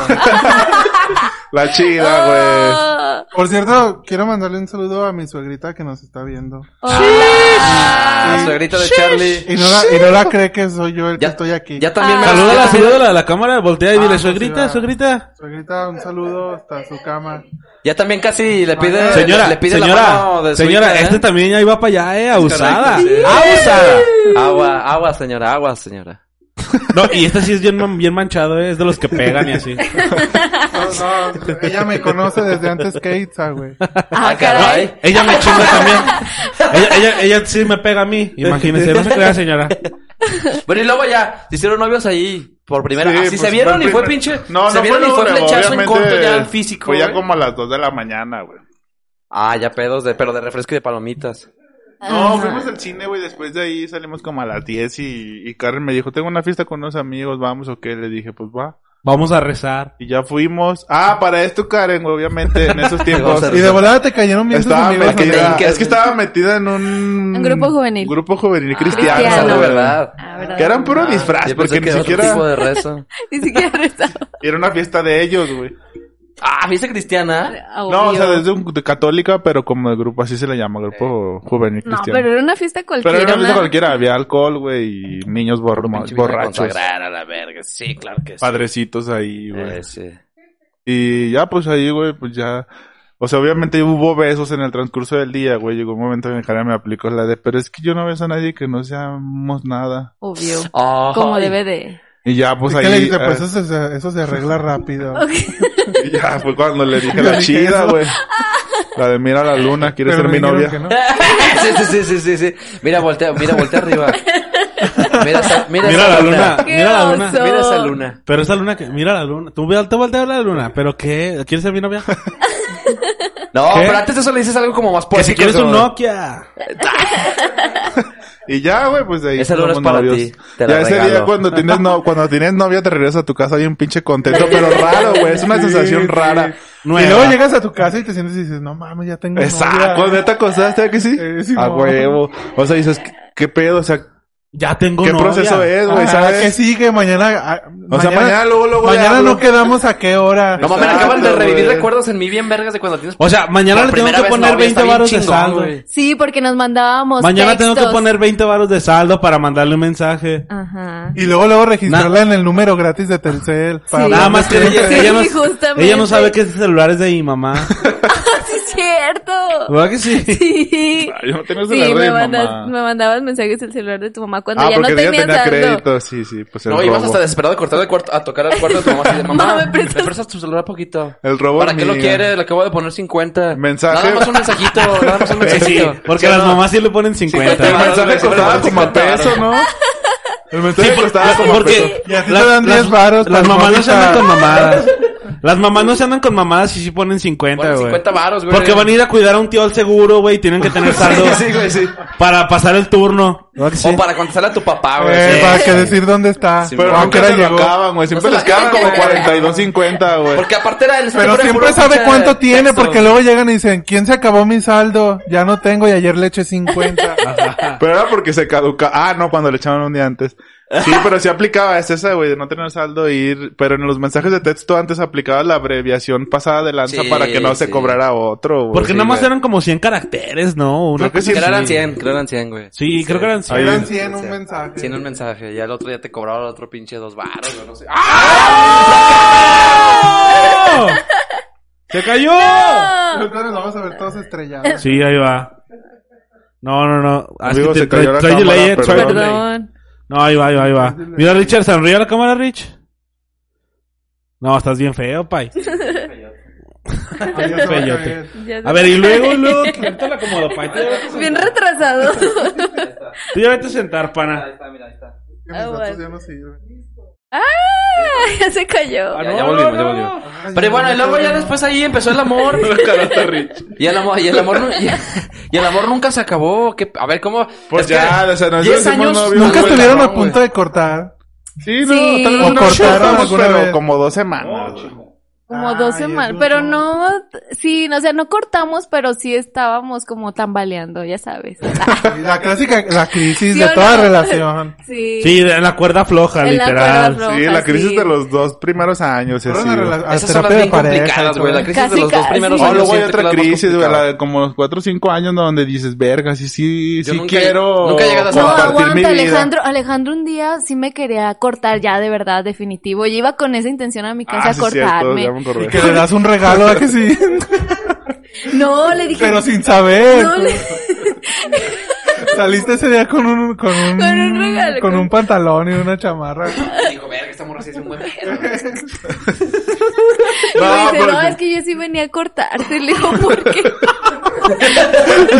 La chida, Oh, Por cierto, quiero mandarle un saludo a mi suegrita que nos está viendo. Oh, hola. Ah, suegrito de Charlie. Y no la, y no la cree que soy yo el que Ya- estoy aquí. Ya también me Ah. Saluda a la las- ciudad de la cámara, voltea y Ah, dile, sí, suegrita, va. suegrita. Suegrita, un saludo hasta su cama. Ya también casi le pide, Ah, Señora, le pide señora, la mano de su señora, hija, ¿eh? este también ya iba para allá, eh, abusada. correcto, sí. Abusada. Agua, agua, señora, agua, señora. No, y este sí es bien, man- bien manchado, eh, es de los que pegan y así. No, no, ella me conoce desde antes que Itza, güey. Ah, caray. Ella me chinga también. Ella, ella, ella sí me pega a mí, imagínese, no se crea, señora. Bueno, y luego ya, se hicieron novios ahí por primera Sí, vez. Así pues, se vieron fue y fue primer- pinche. No, se no vieron fue y fue luego, flechazo en corto obviamente, ya al físico. ¿eh? Fue ya güey. como a las 2 de la mañana, güey. Ah, ya pedos, de, pero de refresco y de palomitas. No, Ajá. fuimos al cine, güey. Después de ahí salimos como a las 10 y, y Karen me dijo, tengo una fiesta con unos amigos, vamos o qué. Le dije, pues va. Vamos a rezar. Y ya fuimos. Ah, para esto, Karen, obviamente, en esos tiempos. Vamos a Y de volada te cayeron bien tus Estaba amigos. metida- ¿no? es que estaba metida en un... Un grupo juvenil. Grupo juvenil cristiano. cristiano. Ah, no. la güey. verdad. Ah, ¿verdad? Que eran puro Ah, disfraz, yo pensé porque ni que era otro siquiera... tipo de rezo. Ni siquiera rezaba. Era una fiesta de ellos, güey. Ah, fiesta cristiana. No, o sea, Obvio. desde un de católica, pero como el grupo, así se le llama, grupo juvenil No, cristiano. pero era una fiesta Pero cualquiera. era una fiesta una- cualquiera, había alcohol, güey, y niños borra- Pinche vida borrachos. consagrada, la verga. Sí, claro que sí. Padrecitos ahí, güey. Eh, sí. Y ya, pues ahí, güey, pues ya. O sea, obviamente hubo besos en el transcurso del día, güey. Llegó un momento en el que me aplicó la de, pero es que yo no beso a nadie que no seamos nada. Obvio. Ay. Como debe de. Y ya, pues ¿Y qué ahí. le dijiste? ah, Pues eso se, eso se arregla rápido. y ya fue cuando le dije Le la dije chida, eso. güey. La de mira la luna, quiere ser Pero mi me dijeron novia. que no. sí, sí, sí, sí, sí, sí. Mira, voltea, mira, voltea arriba. Mira esa, mira Mira esa la luna. luna. Qué Mira la luna. oso. Mira esa luna. Pero esa luna que, mira la luna. Tú ve- te volteas a ver la luna, pero qué, ¿quieres ser mi novia? No, ¿Qué? pero antes de eso le dices algo como más Que Pues, si poético. quieres un como- Nokia. Y ya, güey, pues de ahí. Esa luna es fuimos para ti, te la ya ese regalo. día cuando tienes, no, cuando tienes novia te regresas a tu casa bien pinche contento, pero raro, güey. Es una Sí, sensación sí. rara. Nueva. Y luego llegas a tu casa y te sientes y dices, no mames, ya tengo Exacto, novia. neta acostaste, ¿a que sí? Eh, sí, a no. huevo. O sea, dices, ¿qué- ¿qué pedo? O sea, Ya tengo ¿qué novia. proceso es, güey? Ah, ¿Sabes? ¿Qué sigue? Mañana... ah, O sea, mañana luego, luego le mañana hablo. no quedamos a qué hora. No mames, Exacto, acaban de revivir güey. recuerdos en mí bien vergas de cuando tienes. O sea, mañana Por le tengo primera que vez poner novia, está 20 bien varos de chingón, saldo. güey. Sí, porque nos mandábamos Mañana textos. Ah, tengo que poner 20 varos de saldo para mandarle un mensaje. Ajá. Y luego, luego registrarla en el número gratis de Telcel. para Sí. hablar Nada de más que ti. ella, Sí, ella no, justamente. ella no sabe que ese celular es de mi mamá. ¡Sí, es cierto! ¿Verdad que sí? Sí. Ay, Ah, yo no tengo Sí, celular de me, mi mandas- mamá. me mandabas mensajes del celular de tu mamá cuando Ah, ya no porque ella tenías tenía saldo. crédito, sí, sí, pues el No, ibas robo. hasta desesperado de cortar el cuarto, a tocar el cuarto de tu mamá así de mamá. Mamá, ¿me ¿me prestas? prestas tu celular poquito? El robo ¿Para qué lo hormiga. quieres? Le acabo de poner 50. Mensaje. Nada más un mensajito, nada más un Sí, sí, mensajito. porque ¿Sí o las no? mamás sí le ponen 50. El varos, mensaje güey, costaba sí, como a cincuenta varos. peso, ¿no? El mensaje costaba como a peso. porque Y a ti te las- dan las- 10 varos Las para mamás no se ahorita. andan con mamadas. Las mamás no se andan con mamadas y sí ponen 50, Ponen güey. 50 varos, güey. Porque van a ir a cuidar a un tío al seguro, güey, y tienen que tener saldo Sí, sí, güey, sí. para pasar el turno. Pues ¿Verdad que sí? O para contestarle a tu papá, güey. Eh, sí. Para que decir dónde está. Sí, Pero Aunque nunca era se lo llegó. acaban, güey. Siempre No se les lo quedan como acaban, güey. 42, 50, güey. Porque aparte era el Pero siempre sabe cuánto tiene porque luego llegan y dicen, ¿quién se acabó mi saldo? Ya no tengo y ayer le eché 50. Pero era porque se caduca. Ah, no, cuando le echaban un día antes. Sí, pero sí aplicaba es esa, güey, de no tener saldo e ir. Pero en los mensajes de texto antes aplicaba la abreviación pasada de lanza Sí, para que no se sí. cobrara otro, güey. Porque Sí, nada más güey. eran como 100 caracteres, ¿no? Una Creo que cosa sí. Creo así. eran 100, creo eran 100, güey. Sí, creo que eran 100. Eran 100 un mensaje. 100 un mensaje, ya el otro día te cobraba el otro pinche dos baros, no sé. Ah, ¡Oh! ¡Se cayó! Ahorita nos vamos a ver todos estrellados. Sí, ahí va. No, no, no. Así Amigo, te- se cayó la trae cámara, delay, eh, trae perdón. delay. Perdón. No, ahí va, ahí va, ahí va. Mira, Richard, sonríe a la cámara, Rich. No, estás bien feo, pay. Ahí ya se va a Feyote. caer. Ya A sé. ver, y luego, y luego, ahorita la acomodo, pai. Tú ya vete a Bien sentar. retrasado. Tú ya vete a sentar, pana. Que mis Ah, datos bueno. ya no sirven. ¡Ah! Ya se cayó. Ya, ya volvimos, ya volvimos. Pero bueno, y luego ya después ahí empezó el amor. y el amor, y el amor, nu- y, y el amor nunca se acabó. ¿Qué- a ver, ¿cómo? Pues Es que ya, o sea, nosotros 10 hicimos años novios, Nunca güey, estuvieron cabrón, a punto de cortar. güey. Sí, no, Sí. tal vez O no cortaron cortamos, alguna pero vez. como dos semanas. güey. Como Ay, dos semanas. Jesús, Pero no. no, sí, no, o sea, no cortamos, pero sí estábamos como tambaleando, ya sabes. La clásica, la crisis ¿Sí de o toda no? relación. Sí. Sí, en la cuerda floja, En la literal. cuerda sí, la Rojas, crisis sí. de los dos primeros años. Fueron así, a güey. rela- a Esas son las terapia de bien pareja. y complicadas, todo. güey. La crisis Casi, de los dos casi. primeros O O años. luego hay siento que otra la más crisis, güey, la complicada. de como los 4 o 5 años donde dices, verga, sí, sí, Yo sí nunca- quiero nunca llegas a No, compartir aguanta, Alejandro. Alejandro un día sí me quería cortar ya de verdad, definitivo. Yo iba con esa intención a mi casa Ah, a sí, cierto, cortarme. ya me acordé. Y que le das un regalo a que sí. no, le dije. Pero sin saber. no, le- Saliste ese día con un, con un, Con un regalo, con con- un pantalón y una chamarra. Y Dijo, verga, esta morra sí es un buen pedo. me No, dice, pero- no, es que yo sí venía a cortarte. Le digo, ¿por qué?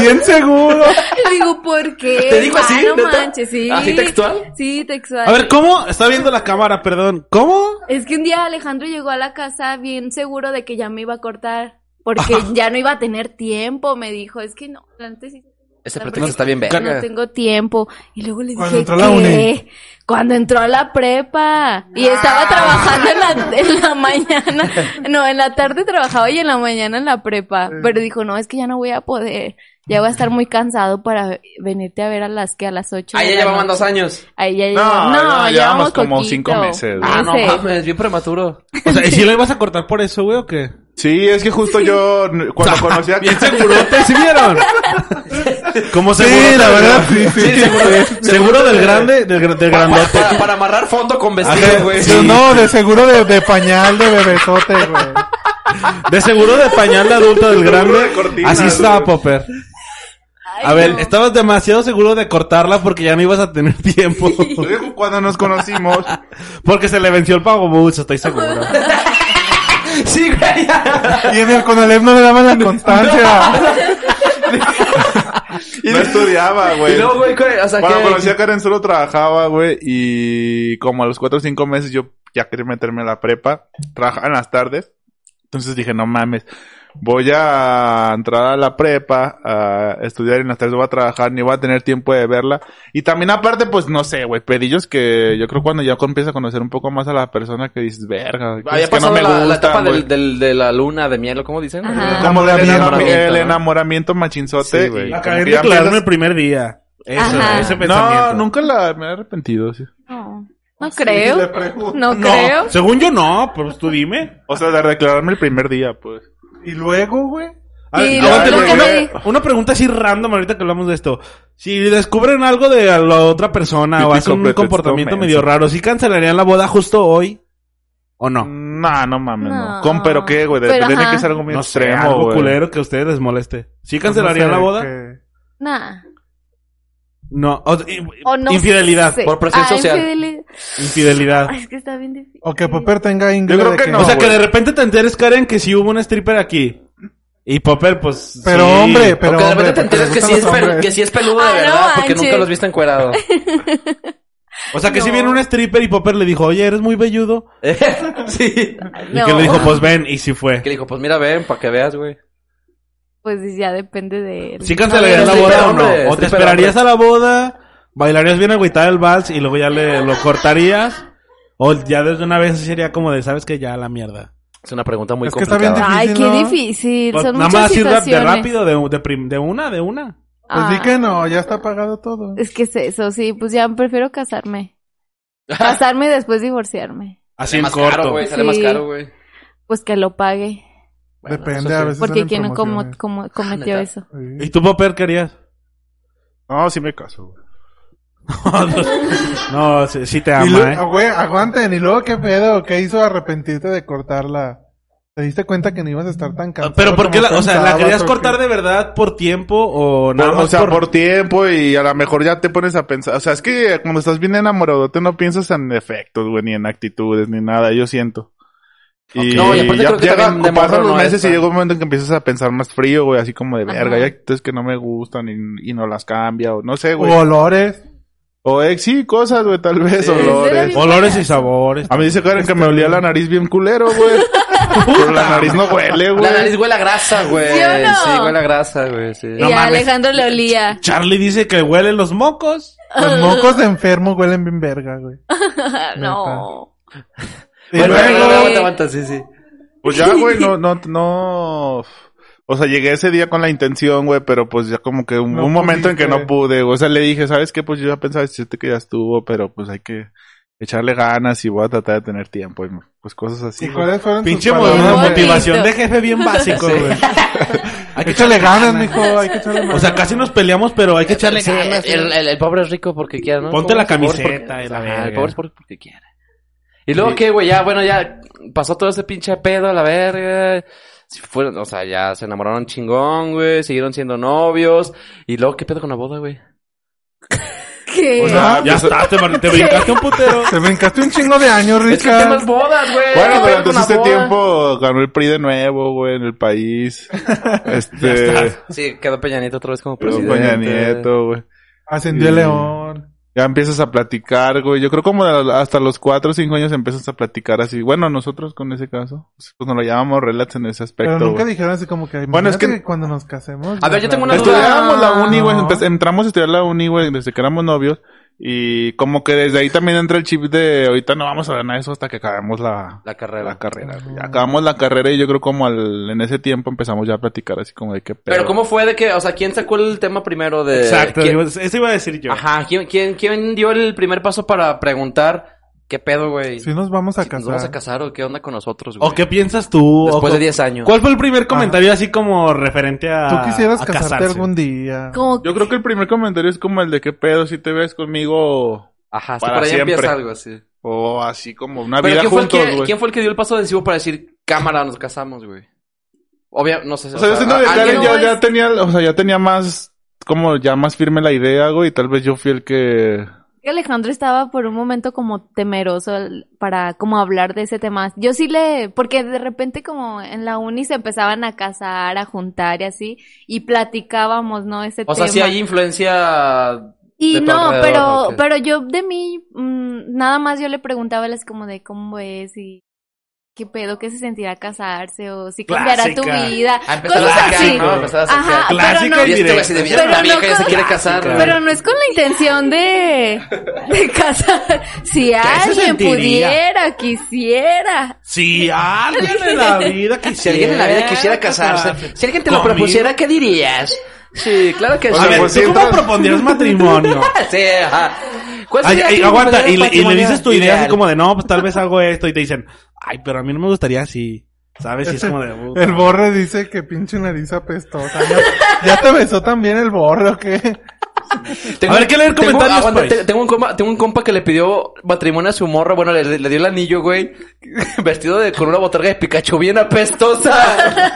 Bien seguro. Le digo, ¿por qué? ¿Te dijo así, Ah, no neta? manches, sí. ¿Así textual? Sí, textual. A ver, ¿cómo? Está viendo la cámara, perdón. ¿Cómo? Es que un día Alejandro llegó a la casa bien seguro de que ya me iba a cortar. Porque ya no iba a tener tiempo, me dijo. Es que no, antes sí. Ese No, pretexto porque está bien No verga. tengo tiempo. Y luego le dije, Cuando entró la ¿qué? uni. Cuando entró a la prepa. Y Ah. estaba trabajando en la, en la mañana. No, en la tarde trabajaba y en la mañana en la prepa. Pero dijo, no, es que ya no voy a poder. Ya voy a estar muy cansado para venirte a ver a las que a las ocho. Ahí de ya la llevaban noche". dos años. Ahí ya No, llevamos. No, no, llevamos, llevamos como poquito. cinco meses, güey. Ah, no Meses. mames, bien prematuro. O sea, ¿y si la ibas a cortar por eso, güey, o qué? Sí, es que justo yo, n- cuando conocí a... Bien segurote, ¿sí vieron? ¿Cómo seguro? sí, Seguro del grande, del, gra- del Pa- pa- grandote. para, para amarrar fondo con Ajá, vestido, güey. sí, No, de seguro de, de pañal de bebesote, güey. De seguro de pañal de adulto del grande. de cortinas, Así estaba güey. Popper. Ay, A ver, no. estabas demasiado seguro de cortarla porque ya no ibas a tener tiempo. Luego, Cuando nos conocimos, Porque se le venció el pago mucho, estoy seguro. sí, güey. Y en el Conalep no le daban la constancia. no estudiaba, güey. Y luego, güey, güey, o sea, Cuando que- conocí a Karen solo trabajaba, güey, y como a los cuatro o cinco meses yo ya quería meterme a la prepa, trabajaba en las tardes, entonces dije, no mames, voy a entrar a la prepa, a estudiar en las tardes, voy a trabajar, ni voy a tener tiempo de verla. Y también aparte, pues no sé, güey, pedillos que yo creo cuando ya empiezas a conocer un poco más a la persona que dices, verga, cosas Había que no pasado me la, la gustan, etapa güey". del, del- de la luna de miel, ¿cómo dicen? Ajá. El Como el enamoramiento, enamoramiento, el ¿no? enamoramiento machinzote. Sí, güey. y Acabé como que de ya declararme el empiezas- primer día. Eso, Ajá. ese pensamiento. No, nunca la, me he arrepentido, sí. No, no creo. le pregunto. No creo. Según yo no, pero tú dime. O sea, de declararme el primer día, pues. y luego, güey. A Sí, ver, lo- aguanta, lo una- que una, me- una pregunta así random ahorita que hablamos de esto. Si descubren algo de a la otra persona o Típico hacen un pretexto comportamiento menso. medio raro, ¿sí cancelarían la boda justo hoy? ¿O Mm, no? Nah, no mames, no. No. ¿Cómo, pero qué, güey? De- Pero, Tiene ajá. que ser algo muy No sé, extremo, algo güey. culero que a ustedes les moleste. ¿Sí cancelarían No sé, la boda? que- Nah. No. o- i- O no infidelidad. sé. por presión Ah, social. infidelidad. Infidelidad. Ay, es que está bien difícil. O que Popper tenga inglés. Yo creo que no. o sea, que güey. de repente te enteres, Karen, que si hubo un stripper aquí. Y Popper, pues... Pero sí. hombre, pero o que de hombre, repente te enteras porque que le sí, es gustan los pelu- hombres. que sí es peludo de Ay, Ah, no verdad, porque manches. nunca los viste encuerado. O sea, que si No. viene un stripper y Popper le dijo, oye, eres muy velludo. sí. Y No. que le dijo, pues ven, y si Que fue. le dijo, pues mira, ven, para que veas, güey. Pues ya depende de él. ¿Sí cancelarías No, la stripper boda o hombre, no? ¿O te stripper esperarías a la boda? ¿Bailarías bien agüitada el vals y luego ya le lo cortarías? ¿O ya desde una vez sería como de, sabes que ya la mierda? Es una pregunta muy Es que está bien complicada. Ay, qué Difícil, ¿no? difícil. Pues, Son nada muchas más así rap- de situaciones. rápido, de, de prim- de una, de una. Pues di Ah, que no, ya está pagado todo. Es que es eso, sí. Pues ya prefiero casarme. Casarme y después divorciarme. Así Sale en más caro, corto. güey, sale Sí. más caro, güey. Pues que lo pague. Bueno, Depende, eso sí. a veces. Porque salen quién no como, promociones. como- cometió neta. eso. Sí. ¿Y tú, Popper, querías? No, sí me caso, güey. no, sí, sí te Y ama, lu- ¿eh? ah, güey, aguanten. ¿Y luego qué pedo? ¿Qué hizo arrepentirte de cortarla? ¿Te diste cuenta que no ibas a estar tan cansado? Pero ¿por qué como la, o sea, la pensabas, querías o cortar qué? de verdad por tiempo o nada Por- más o sea, por... por- tiempo y a lo mejor ya te pones a pensar. O sea, es que cuando estás bien enamorado, te no piensas en efectos, güey, ni en actitudes, ni nada. Yo siento. Y, No, y aparte ya creo que llega- también de morro pasan los no meses es y tan- llega un momento en que empiezas a pensar más frío, güey, así como de Ajá. verga. Hay actitudes que no me gustan y, y no las cambia, o no sé, güey. O olores. O ex, sí, cosas, güey, tal vez, Sí. olores. Olores y sabores. A mí dice Karen que me olía la nariz bien culero, güey. Pero la nariz no huele, La güey. nariz huele a grasa, güey. ¿Sí o no? Sí, huele a grasa, güey, sí. y a mames. Alejandro le olía. Charlie dice que huelen los mocos. Los mocos de enfermo huelen bien verga, güey. no. Y Bueno, luego- aguanta, aguanta, aguanta, sí, sí. Pues ya, güey, no, no, no. O sea, llegué ese día con la intención, güey, pero pues ya como que un, No un momento en que pudiste. no pude. O sea, le dije, ¿sabes qué? Pues yo ya pensaba decirte que ya estuvo, pero pues hay que echarle ganas y voy a tratar de tener tiempo. y pues cosas así. ¿Y güey. cuáles fueron sus Pinche palabras? mo- mo- Bonito. motivación de jefe bien básico, Sí. güey. Hay que Échale ganas, mijo. Hay que echarle O ganas. sea, casi nos peleamos, pero hay que echarle Sí, ganas. el, el- el pobre es rico porque quiera, ¿no? Ponte la El pobre es pobre camiseta porque- y la Ajá, verga. El pobre es pobre porque quiera. Y luego, ¿qué, güey? Ya, bueno, ya pasó todo ese pinche pedo a la verga. Si fueron, o sea, ya se enamoraron chingón, güey. Siguieron siendo novios. Y luego, ¿qué pedo con la boda, güey? ¿Qué? O sea, Ah, Ya pues, está, te, te brincaste un putero. Te brincaste un chingo de años, Es que Richard. temas bodas, güey. Bueno, ¿Qué pero pedo con antes la este boda? tiempo ganó el PRI de nuevo, güey, en el país. eh, Este, Ah, Sí, quedó Peña Nieto otra vez como pero presidente. Peña Nieto, güey. Ascendió Sí. León. Ya empiezas a platicar, güey. Yo creo como de- hasta los cuatro o cinco años empiezas a platicar así. Bueno, nosotros con ese caso, pues nos lo llamamos relax en ese aspecto, Pero nunca güey. dijeron así como que. Bueno, es que- imagínate cuando nos casemos. pues, A ver, yo tengo una duda. Estudiábamos la uni, güey. No. Empe- Entramos a estudiar la uni, güey, desde que éramos novios. Y como que desde ahí también entra el chip de ahorita no vamos a ganar eso hasta que acabemos la, La carrera. la carrera. güey. Acabamos la carrera y yo creo como al- en ese tiempo empezamos ya a platicar así como de qué pedo. Pero, ¿cómo fue de que, o sea, quién sacó el tema primero de... Exacto, ¿Quién- digo, eso iba a decir yo. Eh, Ajá, ¿quién, quién, quién dio el primer paso para preguntar qué pedo, güey? Si pues, nos vamos a Si casar. ¿Nos vamos a casar o qué onda con nosotros, güey? ¿O qué piensas tú? Después O de cu- 10 años. ¿Cuál fue el primer comentario así como referente a Tú quisieras Ah, a casarte casarse? algún día. Como Yo creo que el primer comentario es como el de qué pedo si te ves conmigo Ajá, sí, Para por ahí siempre. empieza algo así. o así como una Pero vida ¿quién, fue el juntos, que, güey. ¿quién fue el que dio el paso decisivo para decir, cámara, nos casamos, güey? Obvio, no sé. O sea, yo siento que a- Karen alguien- ya, no ya es- tenía, o sea, ya tenía más, como ya más firme la idea, güey, y tal vez yo fui el que... que Alejandro estaba por un momento como temeroso al- para como hablar de ese tema. Yo sí le, porque de repente como en la uni se empezaban a casar, a juntar y así, y platicábamos, ¿no? Ese O sea, tema. sí hay influencia. Y de tu no, alrededor, pero, ok. pero yo de mí, mm, nada más yo le preguntaba a él así como de cómo es y qué pedo que se sentirá casarse o si cambiará Clásica. tu vida. A empezar a Cosas sacar, así. ¿no? A empezar a sacar. Ajá, Ah, pero no, Clásica Y este güey, si de Pero mierda, la no vieja ya se con- quiere casar. Claro. pero no es con la intención de, de casar. Si alguien sentiría? pudiera, quisiera. Si alguien en la vida quisiera. Si alguien en la vida quisiera casarse, si alguien te lo Conmigo. propusiera, ¿qué dirías? Sí, claro que O sí. sea, A ver, pues, ¿tú sí, cómo entonces- propondrías matrimonio? Sí, ajá. ¿Cuál Ay, sería ay, tu aguanta, manera y le, y le patrimonial dices tu idea así ideal? como de, no, pues tal vez hago esto, y te dicen, ay, pero a mí no me gustaría así, ¿sabes? Y es como de, uh, El borre dice que pinche nariz apestosa. Ya, ya te besó también el borre, ¿o qué? Tengo- A ver, ¿qué leer tengo- comentarios, aguanta, pues? te- tengo, un compa, tengo un compa que le pidió matrimonio a su morra. Bueno, le, le dio el anillo, güey. Vestido de, con una botarga de Pikachu bien apestosa.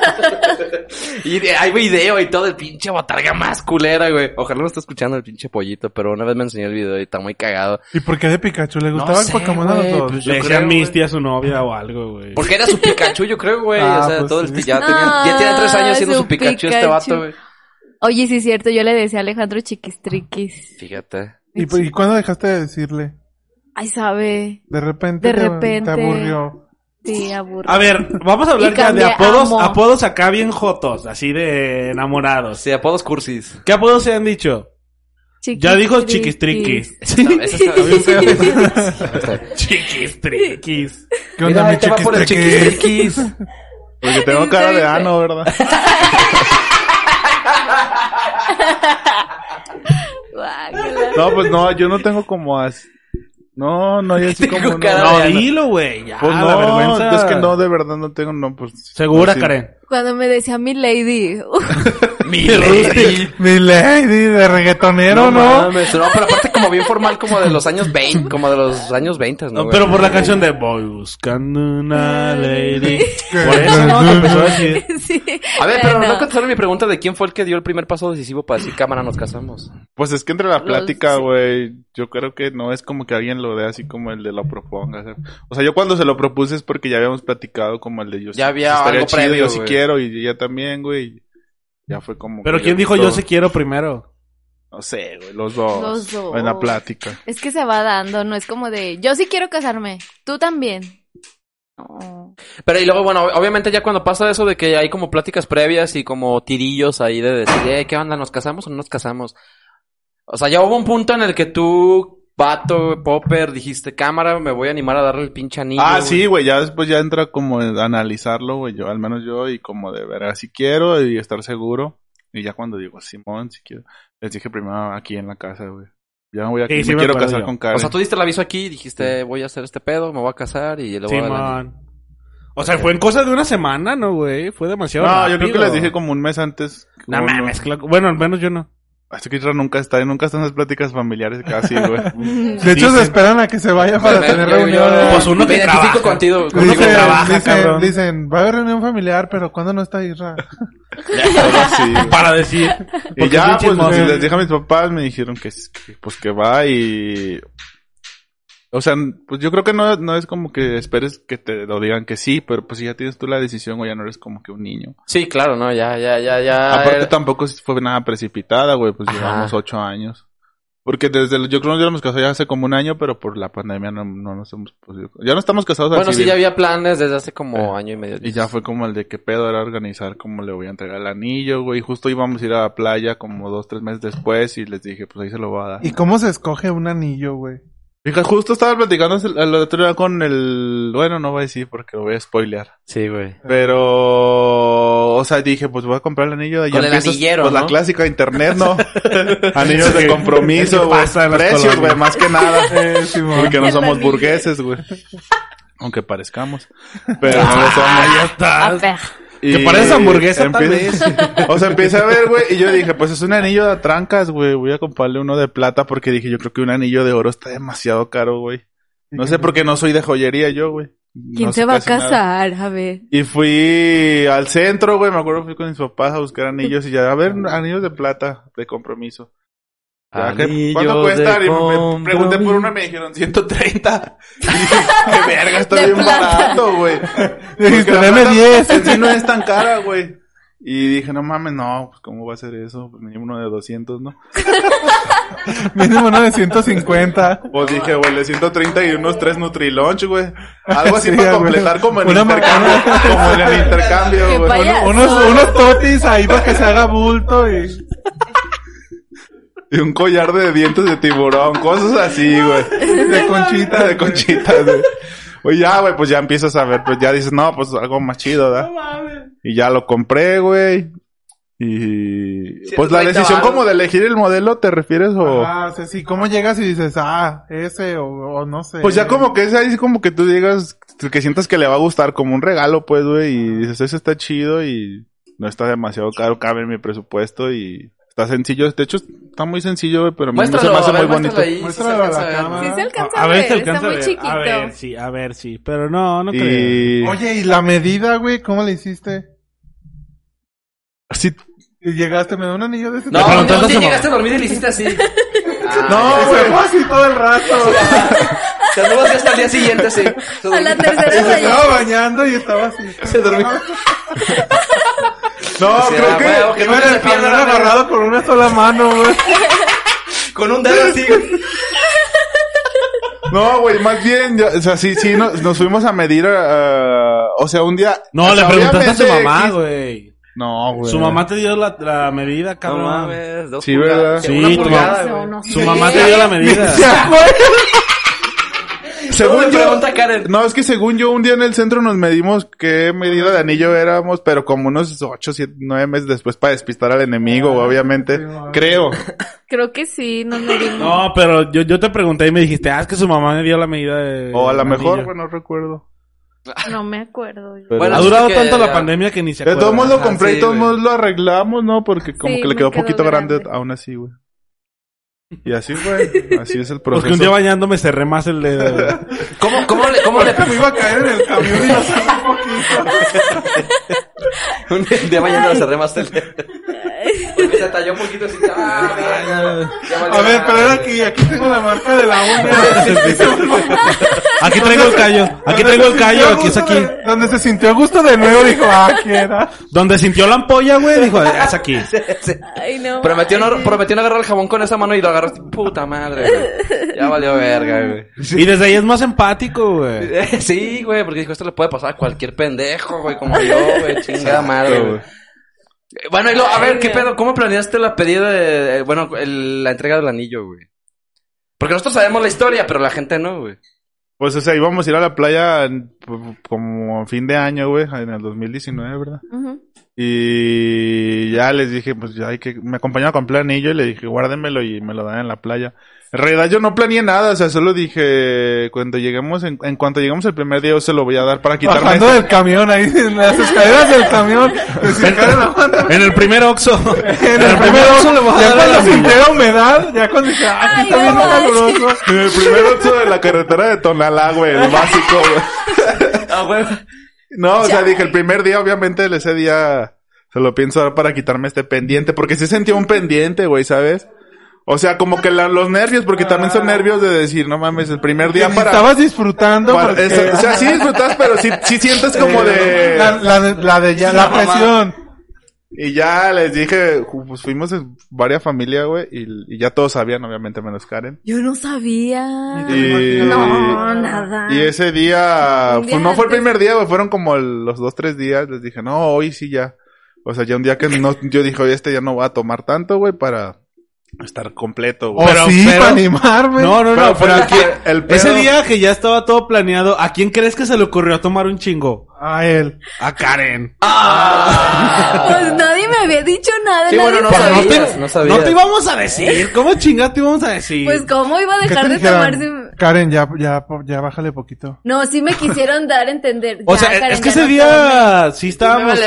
y de- hay video y todo. El pinche botarga más culera, güey. Ojalá no esté escuchando el pinche pollito, pero una vez me enseñó el video y está muy cagado. ¿Y por qué de Pikachu? ¿Le gustaba sé, el Pokémon a los güey, dos? pues, yo le decían creo, Misty a su novia o algo, güey. Porque era su Pikachu, yo creo, güey. Ah, o sea, pues todo el sí. pi- ya, tenía, ya tenía tres años haciendo Ah, su su Pikachu, este vato, Pikachu. güey. Oye, sí es cierto, yo le decía a Alejandro chiquistriquis. Fíjate. ¿Y, pues, por- y cuándo dejaste de decirle? Ay, sabe. De repente, De te- repente. Te, aburrió. Sí, aburrido. A ver, vamos a hablar Y ya de cambié, apodos, amo. apodos acá bien jotos, así de enamorados. Sí, apodos cursis. ¿Qué apodos se han dicho? Ya dijo chiquistriquis. Esa- esa- Chiquistriquis. ¿Qué Mira, onda, ahí te va mi por el chiquistriquis? chiquistriquis. Porque tengo Sí, cara sí, de "Ah, sí. ano, ¿verdad? Guácala. No, pues no, yo no tengo como as... No, no, yo sí Tengo como... no. cara no, No, de ano. dilo, güey, ya, Pues la no, vergüenza. es que no, de verdad no tengo, no, pues... Segura, sí. Karen. Cuando me decía mi lady. Mi lady. Mi lady de reggaetonero, ¿no? mames, no, pero aparte como bien formal como de los años 20, como de los años 20, ¿no? No, güey? pero por la canción de Voy buscando una lady. Que- Por eso no te empezó a decir. sí. A ver, pero no Bueno. contestaron mi pregunta de quién fue el que dio el primer paso decisivo para decir cámara nos casamos. Pues es que entre la Los- plática, sí. güey, yo creo que no es como que alguien lo dé así como el de lo proponga. ¿sabes? O sea, yo cuando se lo propuse es porque ya habíamos platicado como el de yo. Ya había algo previo, yo sí güey. quiero y ella también, güey. Ya fue como. Pero que ¿quién ya dijo todo- yo se quiero primero? No sé, güey, los dos. Los dos. En la plática. Es que se va dando, no es como de, yo sí quiero casarme, tú también. No. Pero y luego, bueno, ob- obviamente ya cuando pasa eso de que hay como pláticas previas y como tirillos ahí de decir, eh, ¿qué onda? ¿Nos casamos o no nos casamos? O sea, ya hubo un punto en el que tú, Pato, Popper, dijiste cámara, me voy a animar a darle el pinche anillo. Ah, güey". sí, güey, ya después ya entra como en analizarlo, güey, yo, al menos yo, y como de ver si quiero y estar seguro. Y ya cuando digo, Simón, si quiero, les dije primero aquí en la casa, güey. Ya me voy a Sí, sí me me quiero acuerdo casar yo. con Karen. O sea, tú diste el aviso aquí, dijiste, voy a hacer este pedo, me voy a casar y le voy a dar el anillo. Simón. O sea, fue en cosas de una semana, ¿no, güey? Fue demasiado No, rápido. yo creo que les dije como un mes antes. No Como mames, claro. Bueno, al menos yo no. Así que yo nunca está, nunca están las pláticas familiares casi, güey. De hecho, se esperan a que se vaya para Me- tener yo- yo- reunión. Pues uno me que identifico trabaja. contigo. uno que Dicen, trabaja, dicen, cabrón. dicen, va a haber reunión familiar, pero ¿cuándo no está Isra? Algo así, güey. Para decir. Y Porque ya, soy pues, chismoso. les dije a mis papás, me dijeron que, s- que, pues, que va y... O sea, pues yo creo que no, no es como que esperes que te lo digan que sí, pero pues si ya tienes tú la decisión, güey, ya no eres como que un niño. Sí, claro, no, ya, ya, ya, ya. eh, Aparte era- tampoco fue nada precipitada, güey, pues Ajá. llevamos ocho años. Porque desde, el- yo creo que nos hubiéramos casado ya hace como un año, pero por la pandemia no, no nos hemos podido... Ya no estamos casados al Bueno, sí, civil. ya había planes desde hace como Eh, año y medio. Y ya fue como el de qué pedo era organizar cómo le voy a entregar el anillo, güey. Justo íbamos a ir a la playa como dos, tres meses después y les dije, pues ahí se lo voy a dar. ¿Y cómo se escoge un anillo, güey? Fija, justo estaba platicando el el otro día con el... Bueno, no voy a decir porque voy a spoilear. Sí, güey. Pero... O sea, dije, pues voy a comprar el anillo. de Con el anillero, Pues la ¿no? clásica de internet, ¿no. Anillos de compromiso, ¿Qué güey. pasa en las Precios, güey, colonias? más que nada. Simón. Porque no El somos anillo. burgueses, güey. Aunque parezcamos. Pero no lo somos. Ah, ya está. Apea. Y Que parece hamburguesa, tal empieza- o sea, empecé a ver, güey, y yo dije, pues es un anillo de trancas, güey, voy a comprarle uno de plata porque dije, yo creo que un anillo de oro está demasiado caro, güey. No sé por qué no soy de joyería yo, güey. ¿Quién no se sé va a casi nada. casar? A ver. Y fui al centro, güey, me acuerdo fui con mis papás a buscar anillos y ya, a ver, anillos de plata de compromiso. Ya, ¿qué- ¿Cuánto Anillo cuesta? de Y me pregunté por una, compromiso. me dijeron 130. Y dije, qué verga, está De bien plata. barato, güey. Dijiste, Porque la "Deme plata, 10". en sí no es tan cara, güey. Y dije, no mames, no, pues cómo va a ser eso, pues me llevo uno de 200, ¿no? Mínimo uno de 150. Pues dije, güey, de 130 y unos tres Nutrilunch, güey. Algo así Sí, para güey. completar como en Una intercambio, como en el intercambio, Qué güey. payaso. Unos, unos totis ahí para que se haga bulto y... Y un collar de dientes de tiburón, cosas así, güey. De conchita, de conchita, güey. Oye, ya, güey, pues ya empiezas a ver, pues ya dices, no, pues algo más chido, ¿da? Y ya lo compré, güey. Y pues la 130 decisión varos. como de elegir el modelo, ¿te refieres o...? Oh. Ah, o sea, sí, ¿cómo llegas y dices, ah, ese o, o no sé? Pues eh. ya como que es ahí como que tú digas que sientas que le va a gustar como un regalo, pues, güey, y dices, ese está chido y no está demasiado caro, cabe en mi presupuesto y está sencillo. De hecho, está muy sencillo, güey, pero a mí no se Muéstralo, me a hace ver, muy bonito. muéstralo ahí. si se Muéstralo a la alcanza a ver. cámara. Sí se alcanza A a, a ver, ver, se alcanza está a muy ver. chiquito. A ver, sí, a ver, sí. Pero no, no creo. Y... Oye, ¿y la medida, güey? ¿Cómo le hiciste? Sí. Y llegaste, me da un anillo de ese No, tamaño? no, sí llegaste a dormir y le hiciste así. No, Y se fue así todo el rato. Te andabas hasta el día siguiente, sí. A la tercera Se se estaba bañando y estaba así. Se durmió. No, Sí, creo ah, que... huevo, que Que no me se te pierda la verdad. agarrado con una sola mano, güey. Con un dedo así. No, güey, más bien, yo- o sea, sí, sí, nos, nos fuimos a medir, ah, o sea, un día... o No, le sea, preguntaste a su obviamente mamá, X- güey. No, güey. Su mamá te dio la, la medida, No cabrón. mames, dos Sí, pulgadas. ¿verdad? Sí, Sí, una tu pulgada, mamá- güey. No, no. Su mamá te dio la medida. Según Según yo... pregunta Karen. No, es que según yo, un día en el centro nos medimos qué medida de anillo éramos, pero como unos 8, 7, 9 meses después para despistar al enemigo, obviamente. sí, no. creo. Creo que sí, nos medimos. No, pero yo, yo te pregunté y me dijiste, ah, es que su mamá me dio la medida de... O a lo del mejor, anillo. güey, no recuerdo. No me acuerdo. Pero- Bueno, Ha durado que tanto ya- la pandemia que ni de se acuerda. todos modos lo Ajá, compré sí, y todos güey. modos lo arreglamos, ¿no? Porque como Sí, que le me quedó quedó poquito grande. grande. aún así, güey. Y así, güey. Así es el proceso. Porque un día bañando me cerré más el dedo. güey. ¿Cómo, cómo le, cómo le Me iba a caer en el camión y no sé un poquito. Un día mañana lo cerré más el Porque se talló un poquito así. Ah, verga. Ya valió A ver, pero madre. era aquí, aquí tengo la marca de la uña. Aquí traigo el callo. Aquí traigo el callo. Aquí es aquí. Donde se sintió a gusto de nuevo, dijo, ah, aquí era. Donde sintió la ampolla, güey, dijo, es aquí. Sí. Ay, no. Prometió no, Ay, prometió no agarrar el jabón con esa mano y lo agarró. así, Puta madre, güey. Ya valió verga, güey. Y desde ahí es más empático, güey. Eh, Sí, güey, porque dijo, esto le puede pasar a cualquier pendejo, güey, como yo, güey, chingada madre, güey. Eh, Bueno, y lo- a ver, ¿qué pedo? ¿Cómo planeaste la pedida de, eh, bueno, el- la entrega del anillo, güey? Porque nosotros sabemos la historia, pero la gente no, güey. Pues, o sea, íbamos a ir a la playa en- p- como a fin de año, güey, en el 2019, ¿verdad? ujú. Y ya les dije, pues ya hay que... Me acompañaba con planillo y le dije, guárdenmelo y me lo dan en la playa. En realidad yo no planeé nada, o sea, solo dije, cuando lleguemos, en, en cuanto lleguemos el primer día yo se lo voy a dar para quitarme... Bajando del camión, ahí en las escaleras del camión. En el primer Oxxo. En el primer oso le Ya cuando sintiera humedad, ya cuando dije, ah, aquí está Ay, bien no caluroso. En el primer ocho de la carretera de Tonalá, güey, el básico, güey. Ah, güey. No, o sea, dije, el primer día, obviamente, el- ese día se lo pienso dar para quitarme este pendiente, porque sí sentía un pendiente, güey, ¿sabes? O sea, como que la- los nervios, porque también son nervios de decir, no mames, el primer Y día para... estabas disfrutando. para- porque- eso- o sea, sí disfrutas, pero sí, sí sientes como La, de... la de, la de ya, la presión. Y ya les dije, ju- pues fuimos en varias familias, güey, y, y ya todos sabían, obviamente, menos Karen. Yo no sabía. Y- No, nada. Y ese día, Ah. Un día pues, no fue el antes. primer día, güey, fueron como el- los dos, tres días, les dije, no, hoy sí ya. O sea, ya un día que no, yo dije, oye, este ya no voy a tomar tanto, güey, para estar completo, O güey. Pero- sí, pero- para animarme. No, no, no, Pero- pero pero aquí, el pedo- ese día que ya estaba todo planeado, ¿a quién crees que se le ocurrió tomar un chingo? A Ah, él. A Karen. Pues nadie me había dicho nada. Sí, nadie bueno, no sabía. sabías, no sabías. No te íbamos a decir, ¿cómo chingas te íbamos a decir? Pues cómo iba a ¿Qué dejar te de dijeron? tomarse Karen, ya, ya, ya bájale poquito. No, sí me quisieron dar a entender. O Ya, sea, Karen, es que ya ese no tomes. día Ah, sí estábamos...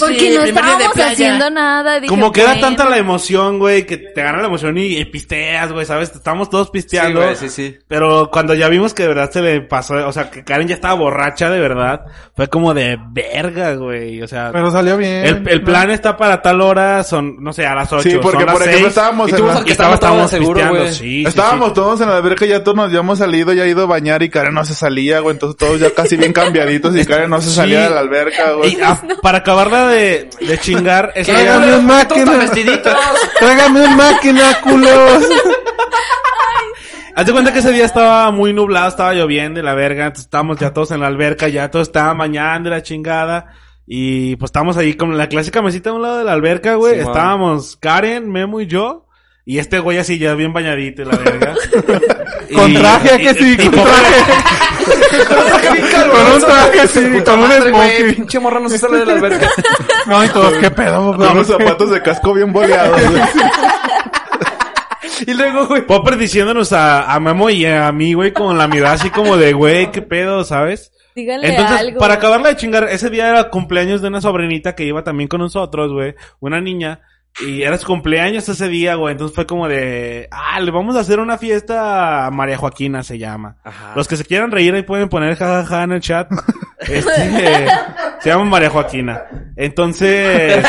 Porque no estábamos haciendo nada. dije, Como que era bueno. tanta la emoción, güey, que te gana la emoción y, y pisteas, güey, ¿sabes? Estábamos todos Sí, pisteando. güey, sí, sí. Pero cuando ya vimos que de verdad se le pasó, o sea, que Karen ya estaba borracha de verdad, fue como de verga, güey. O sea, Pero salió bien. el, el plan está para tal hora, son, no sé, a las 8. Sí, porque, son las por ejemplo, seis, estábamos y en tú la- sabes que y estábamos, estábamos estábamos seguro, pisteando, güey. sí, sí, Estábamos sí. todos en la alberca, ya todos nos habíamos salido, ya ido a bañar y Karen no se salía, güey. Entonces todos ya casi bien cambiaditos y Karen no se Sí. salía de la alberca, güey. Y, ah, para acabarla de, de chingar, ¿Qué? estábamos- Dame culero? un ¿Por qué todos máquina. tan vestiditos? Tráigame un máquina, culos. Haz de cuenta que ese día estaba muy nublado, estaba lloviendo y la verga, entonces estábamos ya todos en la alberca, ya todo estaba mañana y la chingada. Y pues estábamos ahí como en la clásica mesita a un lado de la alberca, güey. Simón. estábamos Karen, Memo y yo. Y este güey así ya bien bañadito y la verga. Y- Con traje, ¿a que y- sí? y- Con traje. Con un traje, sí. Con un Madre, güey, smoking. pinche morra no se sale de la alberca. No, y todos, ¿qué pedo? Con unos zapatos de casco bien boleados, güey. y luego, güey. Popper diciéndonos Pues a, a Memo y a mí, güey, con la mirada así como de, güey, qué pedo, ¿sabes? Díganle Entonces, algo. para acabarla de chingar, ese día era cumpleaños de una sobrinita que iba también con nosotros, güey, una niña, y era su cumpleaños ese día, güey, entonces fue como de, ah, le vamos a hacer una fiesta a María Joaquina, se llama. Ajá. Los que se quieran reír ahí pueden poner jajaja en el chat. Este, se llama María Joaquina. Entonces,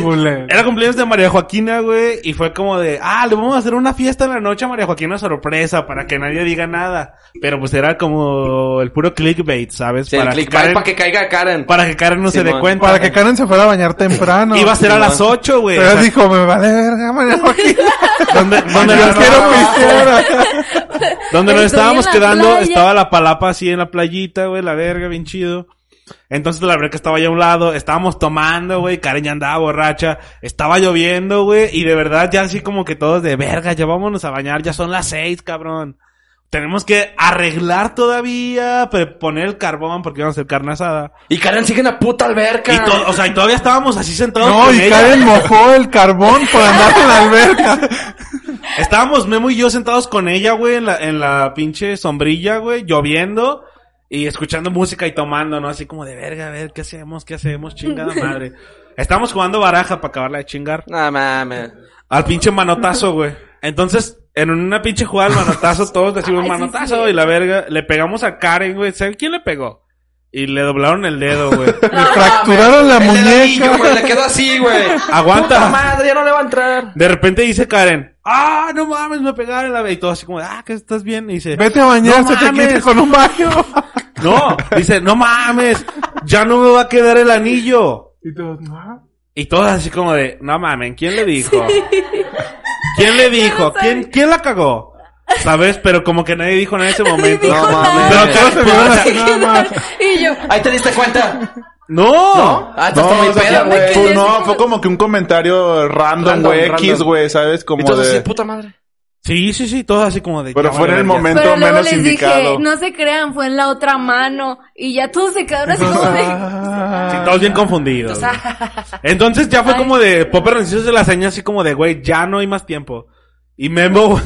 Culero. era cumpleaños de María Joaquina, güey, y fue como de, ah, le vamos a hacer una fiesta en la noche a María Joaquina sorpresa para que nadie diga nada. Pero pues era como el puro clickbait, ¿sabes? Sí, para, el click que Karen, para que caiga Karen. para que Karen no se dé Simón. cuenta. Para que Karen se fuera a bañar temprano. Iba a ser a Simón. las 8, güey. Pero O sea, dijo, me vale verga, María Joaquina. donde, donde Yo nos- quiero pistear. Donde nos Estoy estábamos en la quedando, playa. estaba la palapa así en la playita, güey, la verga, bien chido. Entonces la verga estaba ya a un lado, estábamos tomando, güey, Karen ya andaba borracha, estaba lloviendo, güey, y de verdad ya así como que todos de verga, ya vámonos a bañar, ya son las seis, cabrón. Tenemos que arreglar todavía, pre- poner el carbón porque vamos a hacer carne asada. Y Karen sigue en la puta alberca. Y to- o sea, y todavía estábamos así sentados No, con y ella. Karen mojó el carbón por andar en la alberca. Estábamos Memo y yo sentados con ella, güey, en la, en la pinche sombrilla, güey, lloviendo y escuchando música y tomando, ¿no? Así como de verga, a ver, ¿qué hacemos? ¿Qué hacemos? Chingada madre. Estábamos jugando baraja para acabarla de chingar No mames. al pinche manotazo, güey. Entonces, en una pinche jugada al manotazo, todos decimos Ay, sí, manotazo sí. y la verga. Le pegamos a Karen, güey. ¿Saben quién le pegó? Y le doblaron el dedo, güey. Le fracturaron la El dedillo, muñeca. güey, le quedó así, güey. Puta Aguanta. madre, ya no le va a entrar. De repente dice Karen, ah, no mames, me pegaron la... Y todo así como, ah, que estás bien. Y dice, Vete a bañar, No se te mames. quita con un baño. No, dice, no mames, ya no me va a quedar el anillo. Y todos, no. Y todos así como de, no mames, ¿quién le dijo? ¿Quién le dijo? ¿Quién, ¿Quién la cagó? ¿Sabes? Pero como que nadie dijo en ese momento. dijo No, nada. mames. Pero todos se vieron así. No, y yo, Ahí te diste cuenta. No. Ah, estás No, muy o sea, peda, fue- güey. fue- no, fue como que un comentario random, Random, güey, random. X, güey, ¿sabes? Como Entonces, de... sí, puta madre. Sí, sí, sí, todos así como de. Pero ya fue en vale, el ya. momento pero luego menos les indicado. dije, no se crean, fue en la otra mano. Y ya todos se quedaron así como de... Ah. Sí, Ah. todos bien confundidos. güey. Entonces ya fue Ay. como de Popper nos hizo la señal así como de, güey, ya no hay más tiempo. Y Memo, güey,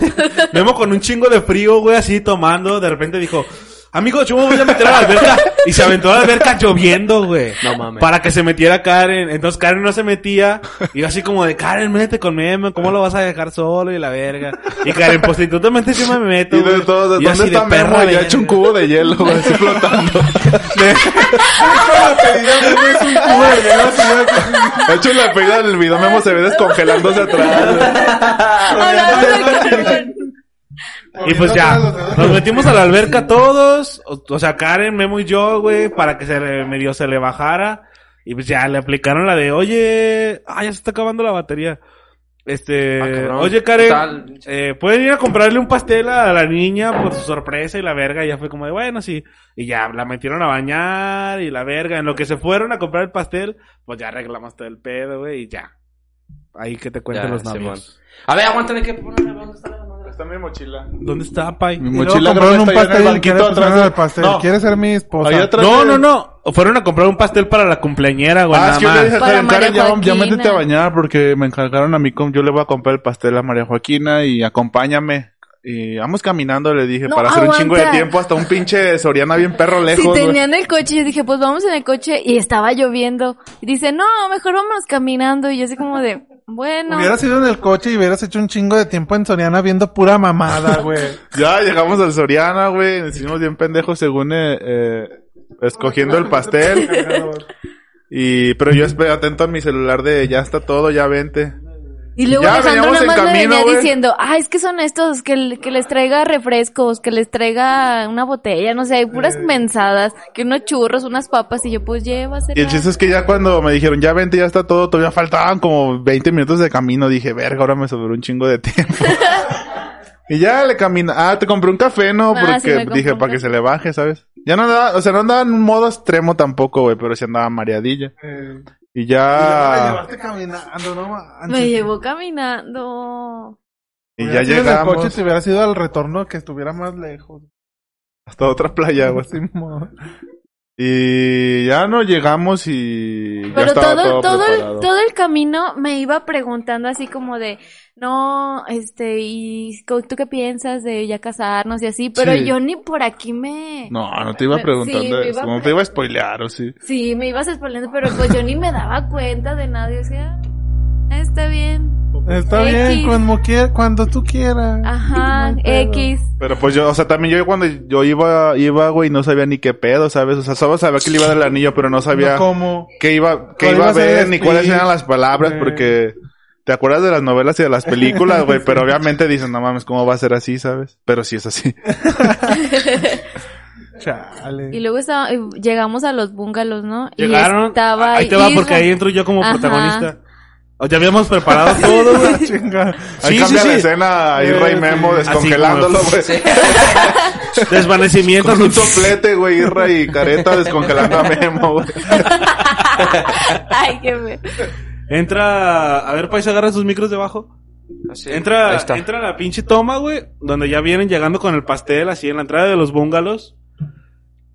Memo con un chingo de frío, güey, así tomando, de repente dijo, amigo, yo me voy a meter a la alberca. Y se aventó a la alberca lloviendo, güey. No mames. Para que se metiera Karen. Entonces Karen no se metía. Y yo así como de, Karen, métete con Memo, ¿cómo lo vas a dejar solo? Y la verga. Y Karen, pues totalmente yo me meto. Y de güey. todos, Y ¿dónde así de está perra Memo? Ya verga. hecho un cubo de hielo, güey, así flotando. De hecho, la pedida del video Memo se ve descongelándose Pues atrás. "Ah, Hablando del carbón. Y pues ya, nos metimos a la alberca todos, o, o sea, Karen, Memo y yo, güey, para que se le, medio se le bajara. Y pues ya le aplicaron la de, oye, ah, ya se está acabando la batería. Este, Ah, cabrón. oye ¿Qué Karen, tal? eh, pueden ir a comprarle un pastel a la niña por su sorpresa y la verga. Y ya fue como de, bueno, sí. Y ya la metieron a bañar y la verga. En lo que se fueron a comprar el pastel, pues ya arreglamos todo el pedo, güey, y ya. Ahí que te cuenten Ya, los Simón. novios. A ver, aguántale que ponerle. ¿dónde está la mamada? Está mi mochila. ¿Dónde está, Pai? Mi Y luego mochila creo que compraron un está ahí en el pastel. banquito Quiere atrás atrás de- el pastel. No. Quiere ser mi esposa. Ahí atrás No, de- no, no. Fueron a comprar un pastel para la cumpleañera, güey. Ah, nada es que yo le más. dije a Para Karen, María Karen, ya, ya Joaquina. métete a bañar porque me encargaron a mí, com- yo le voy a comprar el pastel a María Joaquina y acompáñame. Y vamos caminando, le dije, No, para hacer un chingo de aguanta. tiempo hasta un pinche Soriana bien perro lejos. Si güey. tenían el coche, yo dije, pues vamos en el coche y estaba lloviendo. Y dice, no, mejor vámonos caminando. Y yo así como de, bueno. Hubieras ido en el coche y hubieras hecho un chingo de tiempo en Soriana viendo pura mamada, güey. Ya llegamos al Soriana, güey. Nos hicimos bien pendejos según eh, eh, escogiendo el pastel. Y, pero yo esperé atento a mi celular de ya está todo, ya vente. Y luego Ya Alejandro veníamos nada en más me camino, venía güey. diciendo, ah, es que son estos, que, l- que les traiga refrescos, que les traiga una botella, no sé, puras mensadas, que unos churros, unas papas, y yo, pues llévasela. Eh. Y el chiste es que ya cuando me dijeron ya vente, ya está todo, todavía faltaban como 20 minutos de camino. Dije, verga, ahora me sobró un chingo de tiempo. y ya le camina. Ah, te compré un café, ¿no? Ah, Porque sí, me compré dije, un para que café. se le baje, ¿sabes? Ya no andaba, o sea, no andaba en un modo extremo tampoco, güey, pero sí andaba mareadilla. Eh, Y y la ya, llevaste caminando, no manches. Me llevó caminando. y ya Hubieras ido en El coche llegamos te hubieras ido al retorno que estuviera más lejos. hasta otra playa, güey. Simón. Y ya no llegamos y ya Pero estaba todo, todo, preparado. el, todo el camino me iba preguntando así como de, no, este, y co- tú qué piensas de ya casarnos y así, pero Sí. yo ni por aquí me... No, no te iba Sí, preguntando me eso, iba no te iba a spoilear o sí. Sí, me ibas exponiendo, pero pues yo ni me daba cuenta de nadie, o sea, "Ah, está bien. Está X. Ah. bien, cuando, quier- cuando tú quieras. Ajá, No hay pedo. X. Pero pues yo, o sea, también yo cuando yo iba, iba, güey, no sabía ni qué pedo, ¿sabes? O sea, solo sabía que le iba a dar el anillo, pero no sabía No como. qué iba, qué ¿Cuál iba iba a a ser ver, el ni cuáles speech? eran las palabras, Eh. porque te acuerdas de las novelas y de las películas, güey, pero obviamente dicen, no mames, ¿cómo va a ser así, sabes? Pero sí es así. Y Chale. luego estaba, eh, llegamos a los bungalows, ¿no? Llegaron. Y estaba ahí te va, porque Isra- ahí entro yo como Ajá. protagonista. O ya habíamos preparado todo, güey. Chinga. Ahí Sí, cambia sí, la sí. escena, ahí Rey Eh, Memo sí. descongelándolo, Así güey. Desvanecimientos. Con un soplete, güey, Irra y careta descongelando a Memo, güey. Ay, qué feo. Entra. A ver, Paisa, agarra sus micros debajo. Así, ahí Entra, está. entra la pinche toma, güey, donde ya vienen llegando con el pastel, así en la entrada de los bungalows.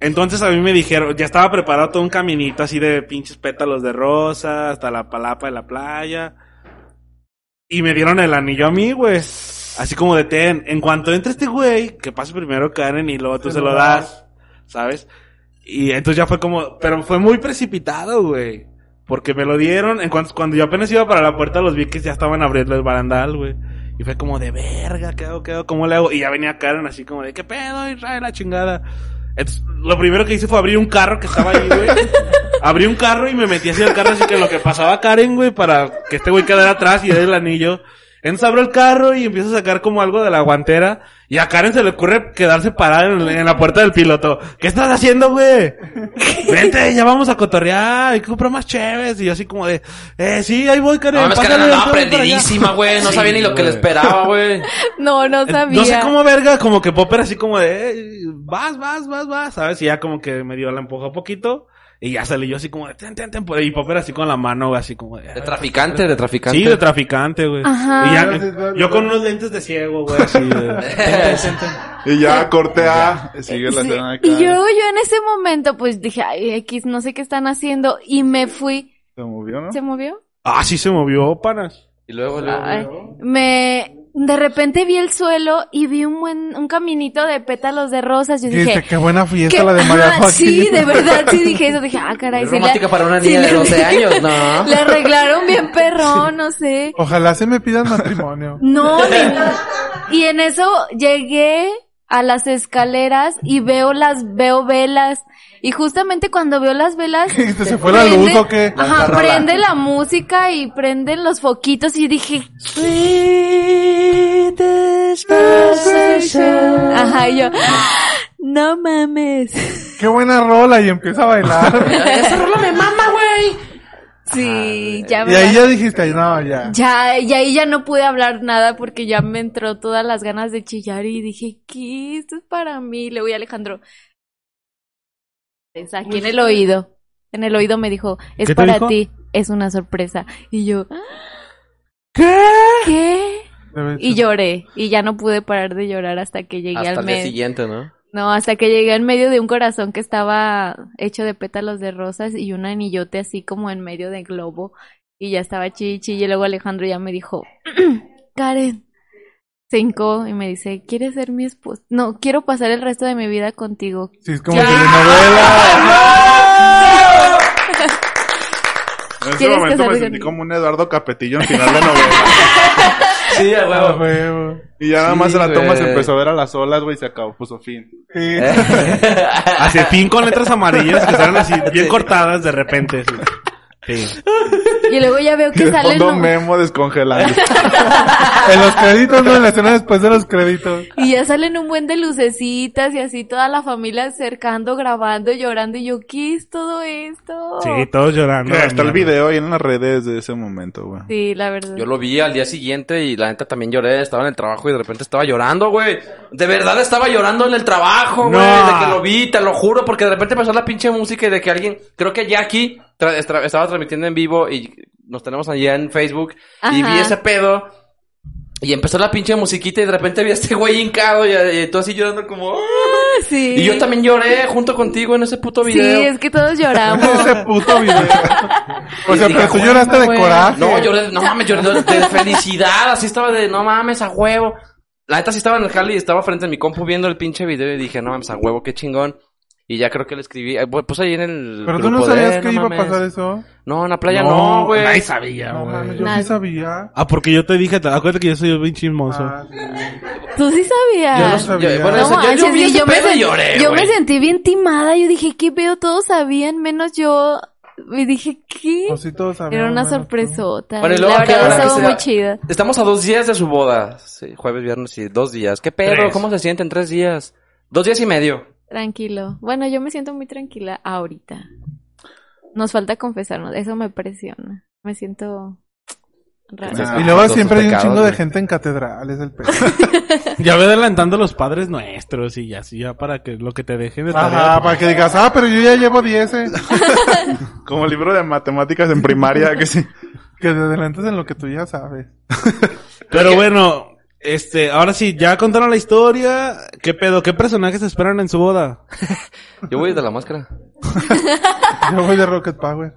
Entonces a mí me dijeron, ya estaba preparado todo un caminito así de pinches pétalos de rosa, hasta la palapa de la playa. Y me dieron el anillo a mí, güey. Así como de ten. En cuanto entre este güey, que pase primero Karen y luego tú se, lo das, ¿sabes? Y entonces ya fue como, pero fue muy precipitado, güey. Porque me lo dieron, en cuanto, cuando yo apenas iba para la puerta, los vi que ya estaban abriendo el barandal, güey. Y fue como de verga, ¿qué hago, qué hago, cómo le hago? Y ya venía Karen así como de, ¿qué pedo, Israel, la chingada? Entonces, lo primero que hice fue abrir un carro que estaba ahí, güey. Abrí un carro y me metí así el carro, así que lo que pasaba Karen, güey, para que este güey quedara atrás y dé el anillo. Entonces abro el carro y empiezo a sacar como algo de la guantera. Y a Karen se le ocurre quedarse parada en, en la puerta del piloto. ¿Qué estás haciendo, güey? Vente, ya vamos a cotorrear y compra más chéves. Y yo así como de, eh, sí, ahí voy, Karen. No mames, Karen pásale, andaba pásale para allá. prendidísima, güey. No Sí, sabía ni lo que le güey. esperaba, güey. No, no sabía. No sé cómo verga, como que Popper así como de, eh, vas, vas, vas, vas, ¿sabes? Y ya como que me dio la empuja poquito. Y ya salí yo así como de, ten, ten, ten, por- y Popper así con la mano, güey, así como de... "Ah". De traficante, de traficante. Sí, de traficante, güey. Ajá. Y ya, yo con unos lentes de ciego, güey, así de... Y ya corte A, sigue la Sí, escena de Y Karen. yo, yo en ese momento, pues dije, ay, X, no sé qué están haciendo. Y me fui. Se movió, ¿no? ¿Se movió? ah, sí se movió, panas. Y luego, luego, Ay, luego. me, de repente vi el suelo y vi un buen, un caminito de pétalos de rosas. Yo Y dice, dije, qué buena fiesta ¿qué? la de María Ajá, Joaquín. sí, de verdad, sí dije eso. Dije, ah, caray. Es sí la- romántica para una sí niña de la- 12 años, no. Le arreglaron bien perrón, no sé. Ojalá se me pidan matrimonio. No, ni- y en eso llegué a las escaleras y veo las, veo velas. Y justamente cuando veo las velas. ¿Te se fue la luz o qué? La Ajá, rola. prende la música y prenden los foquitos y dije. "Sweet Dispensation". Ajá, y yo. "Ah, No mames. Qué buena rola y empieza a bailar. Esa rola me mama, güey. Sí, ya Ah, y me. ahí ya dijiste, "Ay, no, ya. Ya, y ahí ya no pude hablar nada porque ya me entró todas las ganas de chillar y dije, ¿qué? Esto es para mí. Le voy a Alejandro. Es Pues aquí en el oído. En el oído me dijo, es te para dijo? ti, es una sorpresa. Y yo, "Ah, ¿qué? Debe Y ser. lloré. Y ya no pude parar de llorar hasta que llegué Hasta al el día medio. siguiente, ¿no? No, hasta que llegué al medio de un corazón que estaba hecho de pétalos de rosas y un anillote así como en medio de globo. Y ya estaba chichi. Y luego Alejandro ya me dijo, Karen, cinco y me dice, ¿quieres ser mi esposa? No, quiero pasar el resto de mi vida contigo. Sí, es como telenovela. En ese ¿Quieres momento casarte me sentí conmigo? como un Eduardo Capetillo en final de novela. Sí, a Ah, huevo. huevo. Y ya nada Sí, más en la toma se güey. empezó a ver a las olas, güey, y se acabó, puso fin. Sí. Hacia el fin con letras amarillas que salen así, bien cortadas de repente. Sí. Sí. Y luego ya veo Y que de sale el fondo no- memo descongelando. En los créditos, no, en la escena después de los créditos. Y ya salen un buen de lucecitas y así toda la familia acercando, grabando, llorando. Y yo, ¿qué es todo esto? Sí, todos llorando. Mira, está el video ahí en las redes de ese momento, güey. Sí, la verdad. Yo lo vi al día siguiente y la neta también lloré. Estaba en el trabajo y de repente estaba llorando, güey. De verdad estaba llorando en el trabajo, güey. No. De que lo vi, te lo juro, porque de repente empezó la pinche música y de que alguien, creo que Jackie tra- estra- estaba transmitiendo en vivo y nos tenemos allá en Facebook y Ajá. vi ese pedo. Y empezó la pinche musiquita y de repente vi a este güey hincado y, y tú así llorando como... "Ah". Sí. Y yo también lloré junto contigo en ese puto video. Sí, es que todos lloramos. Ese puto video. O Y sea, dije, pero tú "Güey, lloraste de güey". coraje. No, yo no mames, yo de, de felicidad, así estaba de no mames, a huevo. La neta sí estaba en el jale y estaba frente a mi compu viendo el pinche video y dije, no mames, a huevo, qué chingón. Y ya creo que le escribí, eh, bu- puse ahí en el Pero tú no grupo de, sabías que "No iba a mames". pasar eso. No, en la playa no, güey. Nadie sabía, No mames, güey. yo sí Nadie. sabía. Ah, porque yo te dije, te- acuérdate que yo soy bien chismoso. Ah, sí. Tú sí sabías. Yo no no sabía. sabía. bueno, No ese- yo- yo, manches, vi yo- ese yo me pedo y sentí- lloré, yo güey. me sentí bien timada. Yo dije, ¿qué veo? Todos sabían, menos yo. Y dije, ¿qué? Pues sí, todos sabíamos, Era una menos tú. sorpresota. Bueno, y luego la que ahora verdad que estaba sea- muy chida. Estamos a dos días de su boda. Sí, jueves, viernes y dos días. ¿Qué pedo? Tres. ¿Cómo se sienten tres días? Dos días y medio. Tranquilo. Bueno, yo me siento muy tranquila ahorita. Nos falta confesarnos. Eso me presiona. Me siento rara. Entonces, Y luego todos siempre sus hay un pecados, chingo de güey. gente en catedral, es el pedo. Ya ve adelantando los padres nuestros y así, ya para que lo que te dejen de tarea. Ajá, para que digas, ah, pero yo ya llevo 10, eh. Como el libro de matemáticas en primaria, que sí. Que te adelantes en lo que tú ya sabes. Pero bueno, este, ahora sí, ya contaron la historia. ¿Qué pedo? ¿Qué personajes esperan en su boda? Yo voy de la máscara. Yo voy de Rocket Power.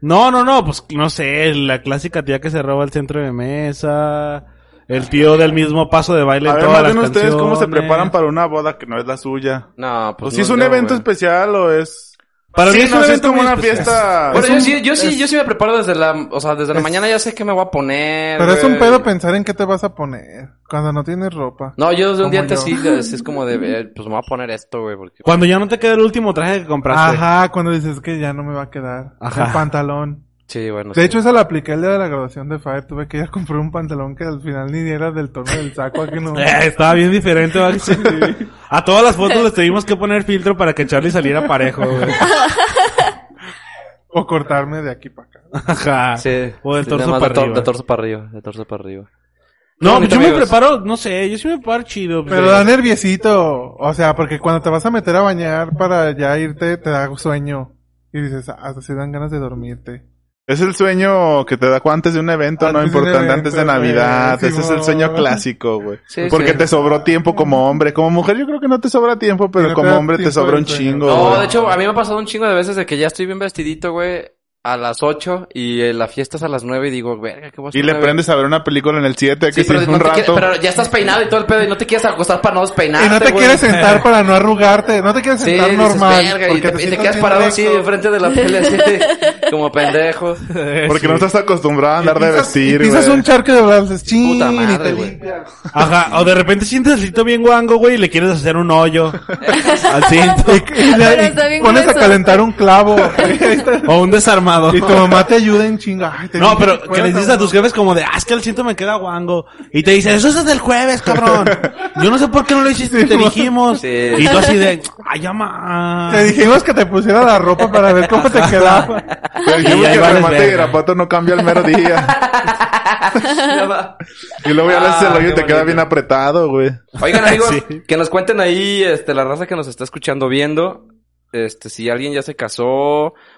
No, no, no, pues no sé, la clásica tía que se roba el centro de mesa, el tío del mismo paso de baile A en ver, todas las maten ustedes cómo se canciones. preparan para una boda que no es la suya. No, Pues pues si es no un creo, evento güey. especial o es... Para Sí, mí es no, un sí evento como muy una especial. Ah, fiesta... Bueno, es yo un- sí, yo sí, yo sí me preparo desde la, o sea, desde la mañana ya sé qué me voy a poner. Pero es un güey. pedo pensar en qué te vas a poner cuando no tienes ropa. No, yo desde un Como día antes sí, yo. sí es como de, eh, pues me voy a poner esto, güey, porque... Cuando ya no te queda el último traje que compraste. Ajá, cuando dices que ya no me va a quedar. Ajá. El pantalón. Sí, bueno. De sí. hecho, esa la apliqué el día de la graduación de Fire. Tuve que ir a comprar un pantalón que al final ni era del tono del saco. ¿a que no? Eh, estaba bien diferente, ¿vale? A todas las fotos les tuvimos que poner filtro para que Charlie saliera parejo, güey. O cortarme de aquí para acá. Ajá. Sí. Ah, O del Sí, torso nada más para de tor- arriba. De torso para arriba, de torso para arriba. No, pues Bonito, yo me amigos. preparo, no sé, yo sí me preparo chido. pues, Pero de- da nerviosito. O sea, porque cuando te vas a meter a bañar para ya irte, te da sueño. Y dices, "Ah, hasta se dan ganas de dormirte. Es el sueño que te da antes de un evento, no Antes de un importante, evento, antes de güey, Navidad. sí, Ese es el mo. sueño clásico, güey. Sí, Porque sí. te sobró tiempo como hombre. Como mujer yo creo que no te sobra tiempo, Y pero no te como da hombre te tiempo sobra de un sueño. chingo, No, güey. de hecho, a mí me ha pasado un chingo de veces de que ya estoy bien vestidito, güey, a las 8 y eh, la fiesta es a las 9 y digo, verga, ¿qué voy a hacer? Y le nueve? prendes a ver una película en el 7, que Sí, sí, pero, un no te quieres- rato. pero ya estás peinado y todo el pedo y no te quieres acostar para no despeinarte, Y no te güey. quieres sentar para no arrugarte. No te quieres Ah, Sí, sentar dices, normal. "Verga", y porque te, y te sientas quedas bien parado recto. así enfrente de la tele, así, como pendejo. Porque no estás acostumbrado a andar de Pisas- y vestir, pisas güey. un charco de brazos, ching, Puta y madre, te güey. limpias. Ajá, o de repente sientes el cinto bien guango, güey, y le quieres hacer un hoyo al cinto. Y le- Pero y está bien pones a grueso. calentar un clavo. güey, ahí está. O un desarmado. y tu mamá te ayuda en chinga. Ay, te No, dije pero que fueras les dices a tus jefes como de, ah, es que el cinto me queda guango. Y te dicen, eso es del jueves, cabrón. Yo no sé por qué no lo hiciste, te dijimos. Sí. Y tú así de, ay, llama. Te dijimos que te pusiera la ropa para ver cómo te quedaba. Pero dijimos Y ahí que vales remate y verga. grapato no cambia el mero día. Y luego ya le haces el Ah, hoyo y qué te queda bonito. bien apretado, güey. Oigan, amigos, Sí. que nos cuenten ahí, este, la raza que nos está escuchando, viendo, este, si alguien ya se casó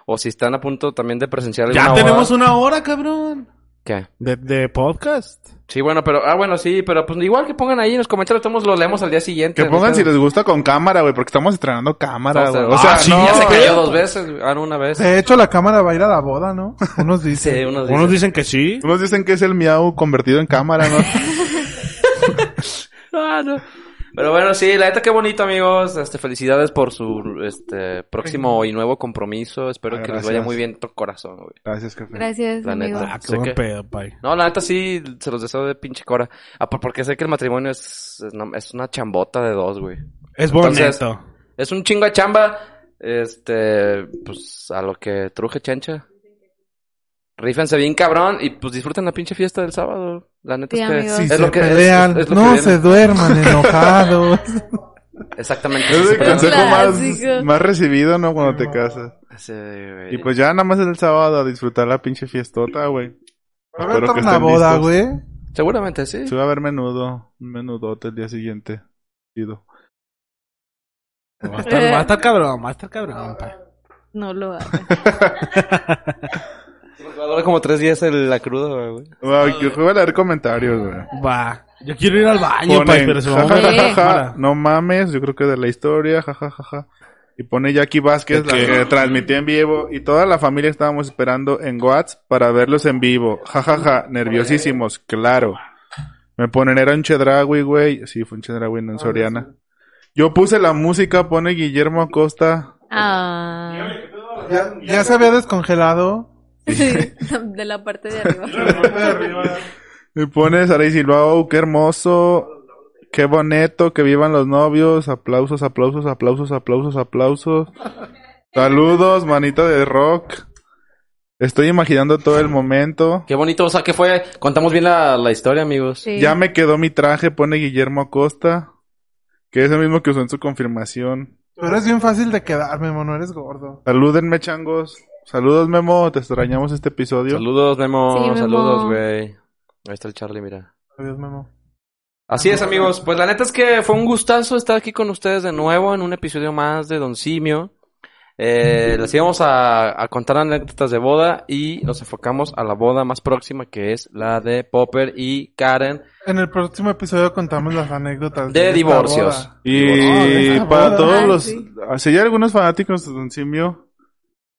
o si están a punto también de presenciar alguna Ya tenemos boda. una hora, cabrón. ¿Qué? De, de podcast. Sí, bueno, pero, ah, bueno, sí, pero pues igual que pongan ahí en los comentarios, todos lo leemos al día siguiente. Que ¿no? pongan si Pero- les gusta con cámara, güey, porque estamos estrenando cámara, O sea, güey. O ah, sea, sí, no, ya se cayó dos veces, ah, no, una vez. De hecho, la cámara va a ir a la boda, ¿no? Unos Sí, dicen. unos Unos dicen. dicen que sí. Unos dicen que es el miau convertido en cámara, ¿no? No, no. Pero bueno, sí, la neta qué bonito, amigos. Este, felicidades por su este próximo y nuevo compromiso. Espero que les vaya Gracias. muy bien tu corazón, güey. Gracias, jefe. Gracias, La neta. amigo. Ah, qué Sé buen que- pedo, pai. No, la neta sí, se los deseo de pinche cora. Ah, por- porque sé que el matrimonio es, es una- es una chambota de dos, güey. Es Entonces- bonito. Es un chingo de chamba. Este, pues a lo que truje chancha. Rífense bien cabrón y pues disfruten la pinche fiesta del sábado. La neta Sí, es que amigos. Si es se lo que es- pelean, es- es lo no que se viene. duerman enojados. exactamente Es el Pero- consejo más, Clásico. más recibido, ¿no? Cuando te casas. Sí, güey. Y pues ya nada más es el sábado a disfrutar la pinche fiestota, güey. Va a haber Espero que una estén boda, listos. güey. seguramente sí. Se va a ver menudo, un menudote el día siguiente. Chido. Va a estar, va a estar cabrón, va a estar cabrón, pai. No lo hagas. Va a durar como tres días el- la cruda, güey. Wow, que voy a leer comentarios, güey. Va. Yo quiero ir al baño, Ponen, pai, pues, pero se va a "Ja, ja, mover ja, la ja, cámara". no mames, yo creo que de la historia, jajajaja. Y pone Jackie Vázquez, la que transmitió en vivo, y toda la familia estábamos esperando en Watts para verlos en vivo. Jajaja, nerviosísimos, claro. Me ponen, era un Chedragui, güey. Sí, fue un Chedragui no en Soriana. Yo puse la música, pone Guillermo Acosta. Ah. Ya, ya se había descongelado. De la parte de arriba. Me pone Saray Silva, oh, qué hermoso. Qué bonito, que vivan los novios. Aplausos, aplausos, aplausos, aplausos, aplausos. Saludos, manita de rock. Estoy imaginando todo el momento. Qué bonito, o sea, que fue. Contamos bien la, la historia, amigos. Sí. Ya me quedó mi traje, pone Guillermo Acosta. Que es el mismo que usó en su confirmación. Tú eres bien fácil de quedar, Memo, no eres gordo. Salúdenme, changos. Saludos, Memo. Te extrañamos este episodio. Saludos, Memo. Sí, Memo. Saludos, güey. Ahí está el Charlie, mira. Adiós, Memo. Así Ah, es, amigos. Pues la neta es que fue un gustazo estar aquí con ustedes de nuevo en un episodio más de Don Simio. Eh, les íbamos a, a contar anécdotas de boda y nos enfocamos a la boda más próxima que es la de Popper y Karen En el próximo episodio contamos las anécdotas de esta divorcios. boda. Y esa para boda. todos Ah, los... sí. Si hay algunos fanáticos de Don Simio,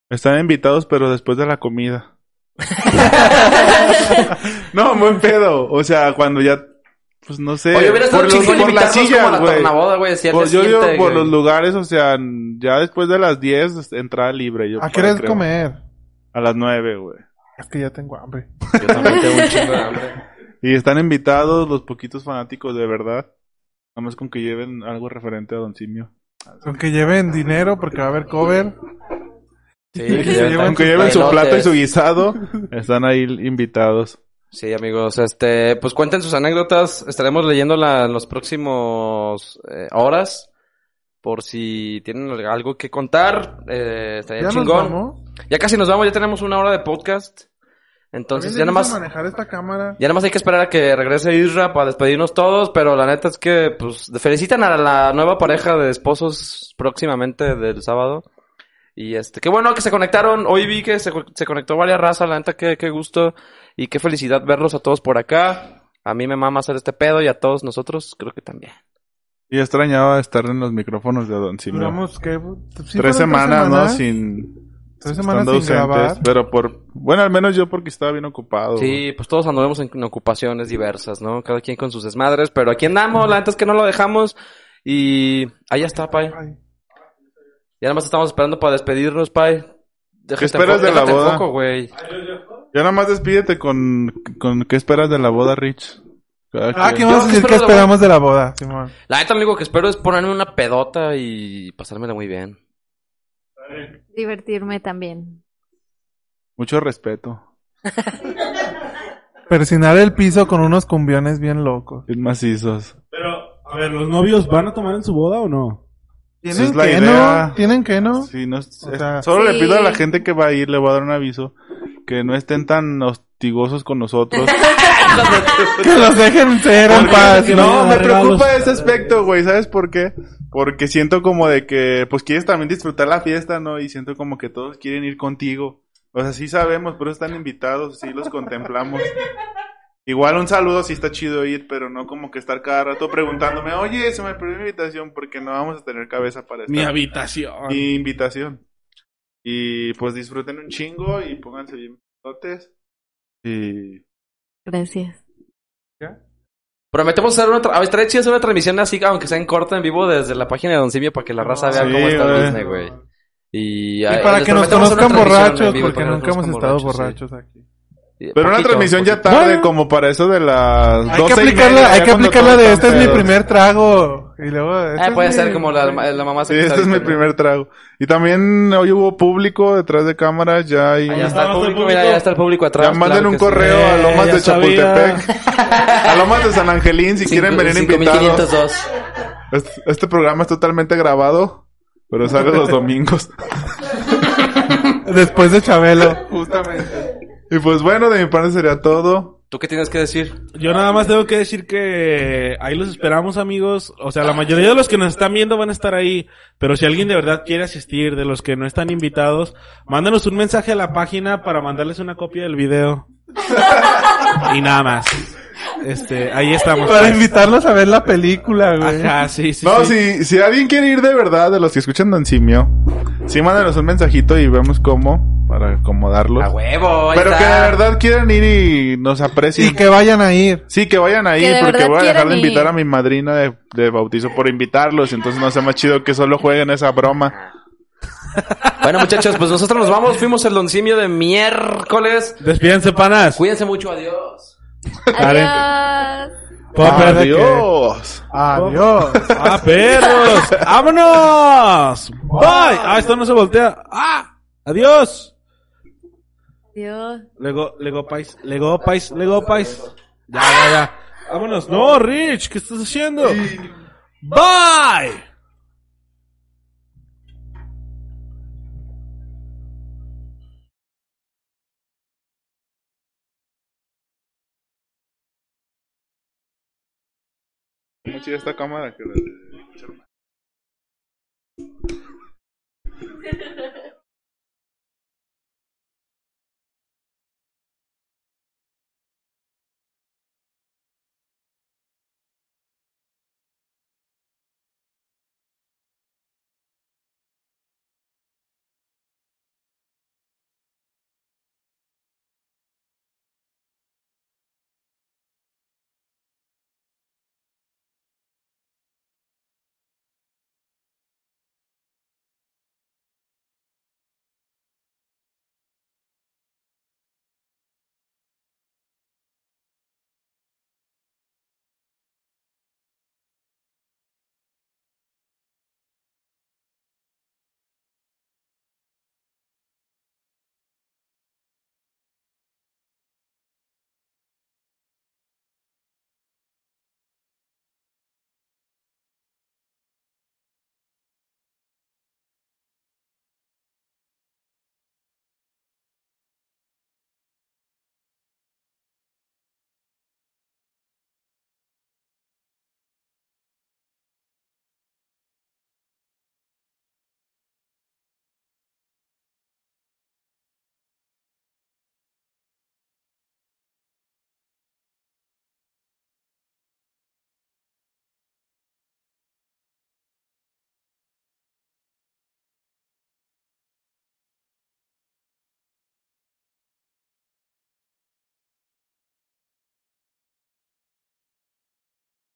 están invitados, pero después de la comida. no, buen pedo. O sea, cuando ya... Pues no sé. Oye, hubiera estado por los- chingón por las invitarnos como a la sillas, güey. tornaboda, güey. así al Por- día yo digo siguiente, por güey. los lugares, o sea, ya después de las 10, entrada libre. Yo ¿A qué hora es creo. comer? A las 9, güey. Es que ya tengo hambre. Yo también tengo un chingo de hambre. Y están invitados los poquitos fanáticos, de verdad. Nada más con que lleven algo referente a Don Simio. Aunque lleven dinero porque va a haber cover. Sí, Que que se lleven lleven también Aunque sus lleven su plato y bailotes. su guisado, están ahí invitados. Sí, amigos, este, pues cuenten sus anécdotas, estaremos leyéndola en los próximos eh, horas, por si tienen algo que contar, eh, estaría Ya nos chingón. vamos. Ya casi nos vamos, ya tenemos una hora de podcast, entonces ya nada más, ya manejar esta cámara. nada más hay que esperar a que regrese Isra para despedirnos todos, pero la neta es que, pues, felicitan a la nueva pareja de esposos próximamente del sábado. Y este, qué bueno que se conectaron. Hoy vi que se, se conectó varias razas, la neta, qué, qué gusto y qué felicidad verlos a todos por acá. A mí me mama hacer este pedo y a todos nosotros creo que también. Y extrañaba estar en los micrófonos de Don Simio. Duramos, ¿qué? ¿Sí fueron tres, semanas, ¿no? Sin. Tres semanas estando sin grabar. Pero por. Bueno, al menos yo porque estaba bien ocupado. güey. Sí, pues todos andamos en, en ocupaciones diversas, ¿no? Cada quien con sus desmadres, pero aquí andamos, la neta es que no lo dejamos. Y ahí está, Pai. Ay, Ya nada más estamos esperando para despedirnos, Pai. Déjate esperas enfo- de la déjate boda? enfoco, güey. Ya nada más despídete con, con. ¿Qué esperas de la boda, Rich? Cada Ah, quien. ¿qué vamos a Yo decir? espero ¿Qué la esperamos de la boda, Simón? La neta, amigo, que espero es ponerme una pedota y pasármela muy bien. Divertirme también. Mucho respeto. Persinar el piso con unos cumbiones bien locos. Bien macizos. Pero, a ver, ¿los novios van a tomar en su boda o no? Esa ¿Tienen es la que idea. no? ¿Tienen que no? Sí, no es- O sea- es- solo le Sí. pido a la gente que va a ir, le voy a dar un aviso, que no estén tan hostigosos con nosotros. Que los dejen ser en Porque- paz. no, me dar regalos. preocupa ese aspecto, güey, ¿sabes por qué? Porque siento como de que, pues quieres también disfrutar la fiesta, ¿no? Y siento como que todos quieren ir contigo. O sea, sí sabemos, pero están invitados, sí los contemplamos. Igual un saludo sí está chido ir, pero no como que estar cada rato preguntándome, oye, se me perdió mi invitación porque no vamos a tener cabeza para estar. Mi habitación. mi invitación. Y pues disfruten un chingo y pónganse bien totes. Y Gracias. Prometemos hacer una... tra- A ver, estaría chido hacer una transmisión así, aunque sea en corto, en vivo, desde la página de Don Simio para que la raza vea Sí, cómo está el güey. Disney, güey. Y, Y ah, para les que nos prometemos hacer una conozcan transmisión en borrachos, vivo, porque para que nos nunca hemos conozcan estado borrachos, sí. borrachos aquí. Sí, Pero una poquito, transmisión ya poquito. tarde, Bueno. como para eso de las Hay que 12 y media, aplicarla, hay ya que cuando aplicarla todos de este están es mi pedos. primer trago. Y luego. este Ah, es puede mi- ser como la, la mamá Sí, este es mi primer trago. Y también hoy hubo público detrás de cámaras, ya hay... Allá Ya está el público, mira, ya está el público atrás. manden claro un que sí. correo sí. a Lomas Eh, de ya sabía. Chapultepec, a Lomas de San Angelín, si Cinco- quieren venir invitados. 5502. Este, este programa es totalmente grabado, pero sale los domingos. Después de Chabelo. Justamente. Y pues bueno, de mi parte sería todo. ¿Tú qué tienes que decir? Yo nada más tengo que decir que ahí los esperamos, amigos. O sea, la mayoría de los que nos están viendo van a estar ahí. Pero si alguien de verdad quiere asistir, de los que no están invitados, mándanos un mensaje a la página para mandarles una copia del video. y nada más. Este, ahí estamos. Para invitarlos a ver la película, güey. Ajá, sí, sí. no, sí. Si, si alguien quiere ir de verdad, de los que escuchan Don Simio, sí mándanos un mensajito y vemos cómo, para acomodarlos. A huevo, Ah, ahí Pues, pero que está. de verdad quieran ir y nos Y aprecien. que vayan a ir. Sí, que vayan ahí, Que de porque verdad voy a dejar quieran de invitar ir. a mi madrina de, de bautizo por invitarlos, entonces no sea más chido que solo jueguen esa broma. Bueno, muchachos, pues nosotros nos vamos. Fuimos el doncimio de miércoles. Despídense, panas. Cuídense mucho, adiós. Adiós. Puedo perder que- Adiós. Adiós. ¡Ah, perros! ¡Vámonos! ¡Bye! Ah, esto no se voltea. ¡Ah! ¡Adiós! Adiós. Lego, Lego Pais, Lego Pais, Lego Pais. Ya, ya, ya. Vámonos. No, Rich, ¿qué estás haciendo? Bye. Muy chida esta cámara que la-